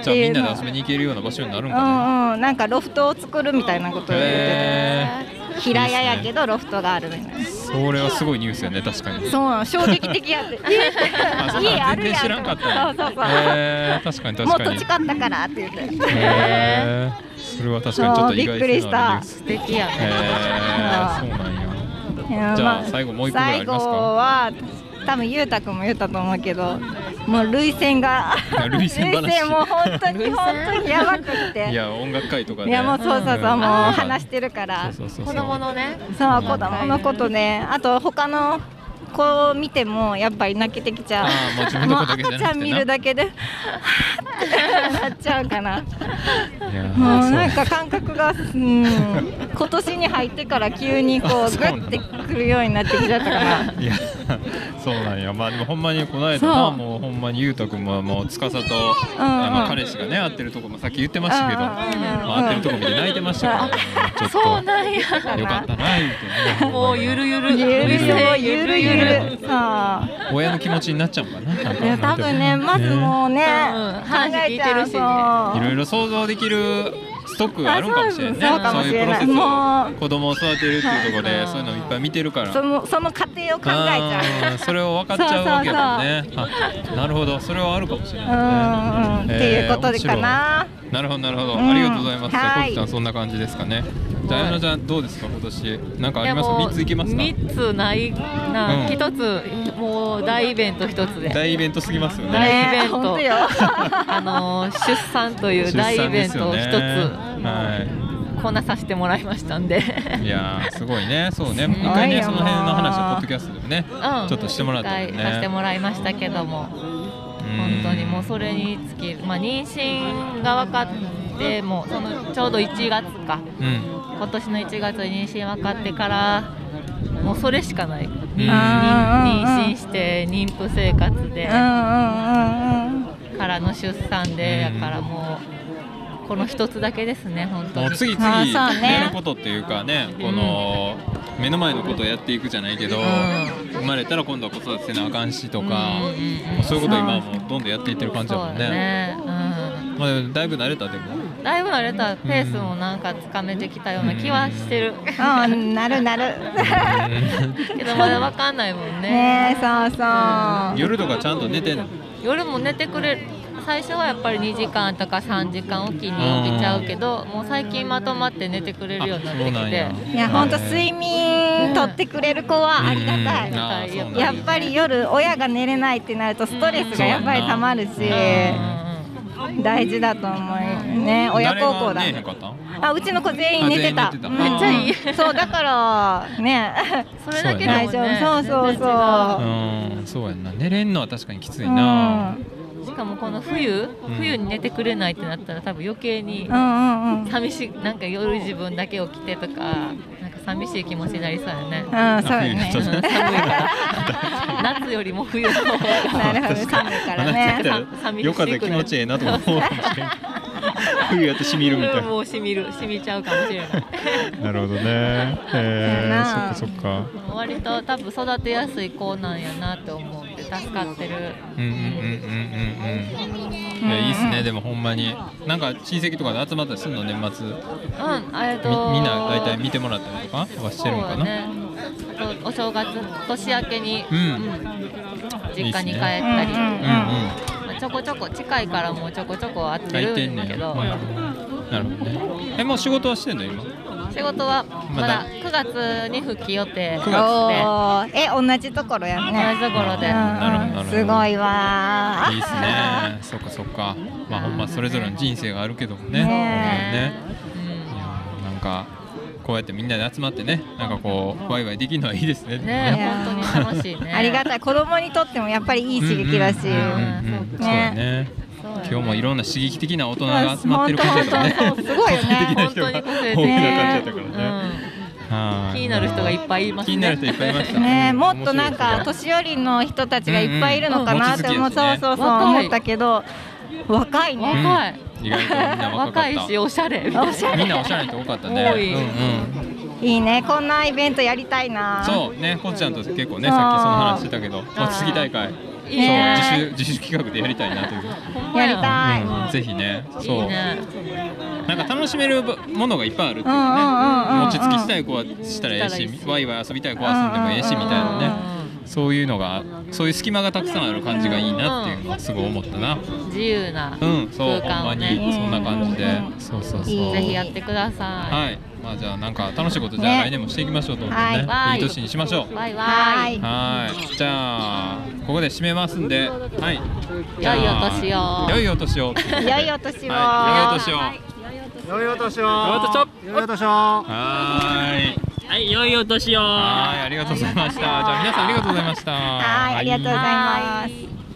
[SPEAKER 1] じゃあみんなで遊びに行けるような場所になるんかな、
[SPEAKER 7] うんうんなんかロフトを作るみたいなことを言って
[SPEAKER 1] へえ
[SPEAKER 7] て平屋やけどロフトがあるみたいな
[SPEAKER 1] それはすごいニュースやね確かに
[SPEAKER 7] そう衝撃的やって家
[SPEAKER 1] あそう
[SPEAKER 7] 家あ
[SPEAKER 1] なん
[SPEAKER 7] る
[SPEAKER 1] 全然
[SPEAKER 7] やん
[SPEAKER 1] 知らんかったん
[SPEAKER 7] そうそうそう、
[SPEAKER 1] えー、確かに
[SPEAKER 7] もっ
[SPEAKER 1] 確か
[SPEAKER 7] と
[SPEAKER 1] に
[SPEAKER 7] 近かったからって言って
[SPEAKER 1] へーそれは確かにちょっと意外性のあるニュース
[SPEAKER 8] 素敵やね
[SPEAKER 1] へーそうなんや
[SPEAKER 7] いや
[SPEAKER 1] じゃあ
[SPEAKER 7] ま
[SPEAKER 1] 最後もう一個ぐらいありますか
[SPEAKER 7] 最後は多分ゆうたくんも言ったと思うけどもう涙腺が
[SPEAKER 1] いや涙腺話
[SPEAKER 7] 涙腺もう本当に本当にやばくって
[SPEAKER 1] い
[SPEAKER 7] いや,、
[SPEAKER 1] や音楽会とかね
[SPEAKER 7] もうそうそうそう、もう話しててるからそう
[SPEAKER 1] そうそうそう
[SPEAKER 8] 子供のね
[SPEAKER 7] 子供のことねあと他の子を見てもやっぱり泣けてきちゃ
[SPEAKER 1] あ
[SPEAKER 7] う
[SPEAKER 1] ーもう自分の
[SPEAKER 7] も
[SPEAKER 1] 子
[SPEAKER 7] う
[SPEAKER 1] だけじゃなくてな
[SPEAKER 7] 赤ちゃん見るだけではぁってなっちゃうかない
[SPEAKER 1] やー
[SPEAKER 7] もう
[SPEAKER 1] そう
[SPEAKER 7] なんか感覚が、うん、 今年に入ってから急にこ
[SPEAKER 1] あ
[SPEAKER 7] う
[SPEAKER 1] そう
[SPEAKER 7] グ
[SPEAKER 1] なの
[SPEAKER 7] ッてくるようになってきちゃったから。
[SPEAKER 1] いや そうなんやまあでもほんまにこの間
[SPEAKER 7] そ
[SPEAKER 1] な
[SPEAKER 7] う
[SPEAKER 1] もうほんまにゆうたくんももう司と、
[SPEAKER 7] んうん
[SPEAKER 1] あの彼氏がね会ってるとこもさっき言ってましたけど、
[SPEAKER 7] うんうんうん
[SPEAKER 1] まあ、会ってるとこ見て泣いてましたから、ちょっと
[SPEAKER 8] そうなんや
[SPEAKER 1] よかったな言うてね
[SPEAKER 8] もうゆるゆる
[SPEAKER 7] ゆるゆるゆるゆる。
[SPEAKER 1] 親の気持ちになっちゃうのかななんか
[SPEAKER 7] いや多分ねまずもうね
[SPEAKER 8] うん
[SPEAKER 7] 考えちゃうそう。
[SPEAKER 1] いろいろ想像できるストックがあるんかもしれんね
[SPEAKER 7] あそうそうかもしれない
[SPEAKER 1] そういうプロセ
[SPEAKER 7] もう
[SPEAKER 1] スを子供を育てるっていうところで
[SPEAKER 8] あー
[SPEAKER 1] そういうのいっぱい見てるから
[SPEAKER 7] そのその過程を考えちゃ
[SPEAKER 1] あ
[SPEAKER 7] う。
[SPEAKER 1] ーそれを分かっちゃうわけだねあなるほどそれはあるかもしれない、ね、
[SPEAKER 7] うんうんっていうことで
[SPEAKER 1] えー面白
[SPEAKER 7] かな
[SPEAKER 1] いなるほどなるほど、
[SPEAKER 7] うん
[SPEAKER 1] ありがとうございますじゃあ
[SPEAKER 7] は
[SPEAKER 1] こ
[SPEAKER 7] い
[SPEAKER 1] きちゃんそんな感じですかねじゃあやなちゃんどうですか今年なんかあ
[SPEAKER 8] い
[SPEAKER 1] り
[SPEAKER 8] や
[SPEAKER 1] ます
[SPEAKER 8] もう
[SPEAKER 1] 三ついけますか
[SPEAKER 8] 三つないな
[SPEAKER 1] うん
[SPEAKER 8] 一、つもう大イベント一つで
[SPEAKER 1] 大イベントすぎますよね
[SPEAKER 8] 大イベン
[SPEAKER 7] 本
[SPEAKER 8] ト、
[SPEAKER 7] 当よ
[SPEAKER 8] あのー出産という大イベントを一つ、
[SPEAKER 1] は
[SPEAKER 8] こなさせてもらいましたんで
[SPEAKER 1] い、いやーすごいねそうね
[SPEAKER 8] すごいよ
[SPEAKER 1] 一回ねその辺の話をポッドキャストでもね、
[SPEAKER 8] うん
[SPEAKER 1] ちょっとしてもらったもん
[SPEAKER 8] 一回させて
[SPEAKER 1] ね
[SPEAKER 8] もらいましたけども本当にもうそれにつき、まあ、妊娠が分かってもうそのちょうど1月か
[SPEAKER 1] うん、うん
[SPEAKER 8] 今年の1月に妊娠分かってからもうそれしかない
[SPEAKER 1] うん
[SPEAKER 7] あー
[SPEAKER 8] 妊娠して妊婦生活で
[SPEAKER 7] うんうんうんうん。
[SPEAKER 8] からの出産でやからもうこの一つだけですね本当
[SPEAKER 1] もう
[SPEAKER 8] に
[SPEAKER 1] 次
[SPEAKER 7] あ
[SPEAKER 1] 々
[SPEAKER 7] ーそうね
[SPEAKER 1] やることっていうかねこの目の前のことをやっていくじゃないけど、
[SPEAKER 8] ん
[SPEAKER 1] 生まれたら今度は子育てせなあかんしと
[SPEAKER 8] と
[SPEAKER 1] か、もうそういうことを今はもうどんどんやっていってる感じだもんね。まあ、だいぶ慣れたでも
[SPEAKER 8] うん、だいぶ慣れたペースもなんかつかめてきたような気はして る、
[SPEAKER 7] うんなるなる。
[SPEAKER 8] けどまだわかんないもんね
[SPEAKER 7] ねえそうそう。
[SPEAKER 1] 夜とかちゃんと寝てんの
[SPEAKER 8] 夜も寝てくれ最初はやっぱり2時間とか3時間おきに起きちゃうけどもう最近まとまって寝てくれるようになって
[SPEAKER 1] あそうなんや
[SPEAKER 8] きて
[SPEAKER 7] いや本当睡眠取ってくれる子はありがたい、
[SPEAKER 1] うんあーそうなん
[SPEAKER 7] やっぱり夜親が寝れないってなるとストレスがやっぱりたまるし、大事だと思うね親孝行
[SPEAKER 1] 誰
[SPEAKER 7] だ
[SPEAKER 1] が寝えへ
[SPEAKER 7] ね
[SPEAKER 1] んかったん
[SPEAKER 7] あうちの子全員寝てた
[SPEAKER 1] あ全員寝てた
[SPEAKER 7] うん
[SPEAKER 1] めっ
[SPEAKER 8] ちゃいい
[SPEAKER 7] そうだから ね
[SPEAKER 8] それだけで
[SPEAKER 7] 大
[SPEAKER 8] も
[SPEAKER 7] 丈
[SPEAKER 8] ね
[SPEAKER 7] 夫そうそう
[SPEAKER 8] 全
[SPEAKER 7] そ
[SPEAKER 8] 然違
[SPEAKER 1] うんそうやんな寝れんのは確かにきつ
[SPEAKER 7] う
[SPEAKER 1] いな、
[SPEAKER 8] うしかもこの冬冬に寝てくれないってなったら多分余計に
[SPEAKER 7] うんうんうんうん
[SPEAKER 8] 寂しいなんか夜自分だけ起きてとかなんか寂しい気持ちになりそうや ね
[SPEAKER 7] うんそうだ
[SPEAKER 1] あ冬になっ
[SPEAKER 7] ね
[SPEAKER 1] ちゃ った
[SPEAKER 8] 夏よりも冬の方
[SPEAKER 7] な
[SPEAKER 8] が
[SPEAKER 7] るほど寒いから
[SPEAKER 1] 話聞
[SPEAKER 7] ね
[SPEAKER 8] さ
[SPEAKER 1] いたら
[SPEAKER 8] 寂しくなる
[SPEAKER 1] よかった気持ちええなと 思うかもしれん冬やってしみるみたい
[SPEAKER 8] もうしみるしみちゃうかもしれない
[SPEAKER 1] なるほどね
[SPEAKER 7] そうやな
[SPEAKER 1] っかそっか
[SPEAKER 8] 割と多分育てやすい子なんやなって思って助かってる
[SPEAKER 1] うんうんうんうんうんうんいやいいっすねでもほんまになんか親戚とかで集まったりするの年末み
[SPEAKER 8] うんえっと
[SPEAKER 1] みんな大体見てもらったりとかはしてるのか
[SPEAKER 8] そう
[SPEAKER 1] な、
[SPEAKER 8] ねあとお正月年明けに、
[SPEAKER 1] うん
[SPEAKER 8] 実家に帰った
[SPEAKER 7] う
[SPEAKER 8] り
[SPEAKER 7] んうん
[SPEAKER 1] うんうん
[SPEAKER 8] まあちょこちょこ近いからもうちょこちょこ会って
[SPEAKER 1] 大
[SPEAKER 8] る
[SPEAKER 1] 体
[SPEAKER 8] ん
[SPEAKER 1] ね
[SPEAKER 8] だけど、
[SPEAKER 1] うんなるほどねえもう仕事はしてんの今
[SPEAKER 8] 仕事はま
[SPEAKER 1] まだ
[SPEAKER 8] だ9月に復帰予定
[SPEAKER 1] 九
[SPEAKER 8] で
[SPEAKER 1] 月
[SPEAKER 7] おーえ同じところや
[SPEAKER 8] 同
[SPEAKER 7] ね
[SPEAKER 8] じところで、
[SPEAKER 1] なるほどなるほ
[SPEAKER 7] うんう
[SPEAKER 1] ど
[SPEAKER 7] んすごいわー
[SPEAKER 1] いいっすねそっかそっかまあほんまそれぞれの人生があるけどもねねいや
[SPEAKER 7] ね
[SPEAKER 1] ーなんかこうやってみんなで集まってねなんかこうワイワイできるのはいいですね
[SPEAKER 8] うん、ね
[SPEAKER 7] いや
[SPEAKER 8] 本当に楽しい ね
[SPEAKER 7] ありが
[SPEAKER 8] と
[SPEAKER 7] たい子供にとってもやっぱりいい刺激だし、
[SPEAKER 1] うんうんうんうんそうだね
[SPEAKER 8] う
[SPEAKER 1] 今日もいろんな刺激的な大人が集まってることだからね
[SPEAKER 7] 本当本当すご いよね
[SPEAKER 1] 個性的な人が
[SPEAKER 8] 本当に個
[SPEAKER 1] 多
[SPEAKER 8] 性的
[SPEAKER 1] く
[SPEAKER 8] ね
[SPEAKER 1] なっちゃったから
[SPEAKER 8] う
[SPEAKER 1] ねは
[SPEAKER 8] ん、
[SPEAKER 1] い
[SPEAKER 8] 気になる人がいっぱいいますね
[SPEAKER 1] 気になる人いっぱいいました
[SPEAKER 7] ね、もっとな
[SPEAKER 1] 面白い
[SPEAKER 7] んか
[SPEAKER 1] ですね
[SPEAKER 7] 年寄りの人たちがいっぱいいるのかなって思う、
[SPEAKER 1] うんうん
[SPEAKER 7] そうそうそう思ったけど若いね
[SPEAKER 8] 若い、
[SPEAKER 1] うん意外とみんな若か
[SPEAKER 8] 若
[SPEAKER 1] っ
[SPEAKER 8] い
[SPEAKER 1] た
[SPEAKER 8] しおしゃれみたいな
[SPEAKER 1] みんなおしゃれな人多かったね
[SPEAKER 8] 多い
[SPEAKER 1] うんうん
[SPEAKER 7] いいねこんなイベントやりたいな
[SPEAKER 1] そうねこっちゃんと結構ね
[SPEAKER 7] あー
[SPEAKER 1] さっきその話してたけど餅つき大会そう
[SPEAKER 8] いいね
[SPEAKER 1] 自主自主企画でやりたいなという
[SPEAKER 7] やりたい、うん、
[SPEAKER 1] うんぜひね
[SPEAKER 8] いい
[SPEAKER 1] そう
[SPEAKER 8] ね
[SPEAKER 1] なんか楽しめるものがいっぱいあるっていう
[SPEAKER 7] うんうんうんうん
[SPEAKER 1] ね餅つきしたい子はしたらええしワイワイ遊びたい子は遊んでもええしみたいなねそういうのがそういう隙間がたくさんある感じがいいなっていうのはすごい思ったな
[SPEAKER 8] 自由な
[SPEAKER 1] うんそう
[SPEAKER 8] 空
[SPEAKER 1] ほんま
[SPEAKER 8] 間を
[SPEAKER 1] に
[SPEAKER 8] ね、
[SPEAKER 1] そんな感じで
[SPEAKER 7] うん
[SPEAKER 1] そうそうそう
[SPEAKER 8] ぜひやってくださ
[SPEAKER 1] はいまあじゃあなんか楽しいことじゃあ
[SPEAKER 7] ね
[SPEAKER 1] 来年もしていきましょうと思って
[SPEAKER 7] はい
[SPEAKER 1] ね
[SPEAKER 8] わー
[SPEAKER 1] い
[SPEAKER 8] い
[SPEAKER 1] い年にしましょう
[SPEAKER 8] い。バイ
[SPEAKER 7] は
[SPEAKER 8] バ
[SPEAKER 7] ー
[SPEAKER 8] イ。
[SPEAKER 7] い
[SPEAKER 1] はいじゃあここで締めますんではい
[SPEAKER 8] 良いお年を
[SPEAKER 1] 良いお年を
[SPEAKER 7] 良いお年を
[SPEAKER 1] はい良いお年を
[SPEAKER 3] 良いお年を
[SPEAKER 1] 良
[SPEAKER 3] 良いお年を
[SPEAKER 1] はーい
[SPEAKER 2] はい良いお年を
[SPEAKER 1] はい、ありがとうございました。じゃあ皆さんありがとうございました。
[SPEAKER 7] はいありがとうございます、
[SPEAKER 8] い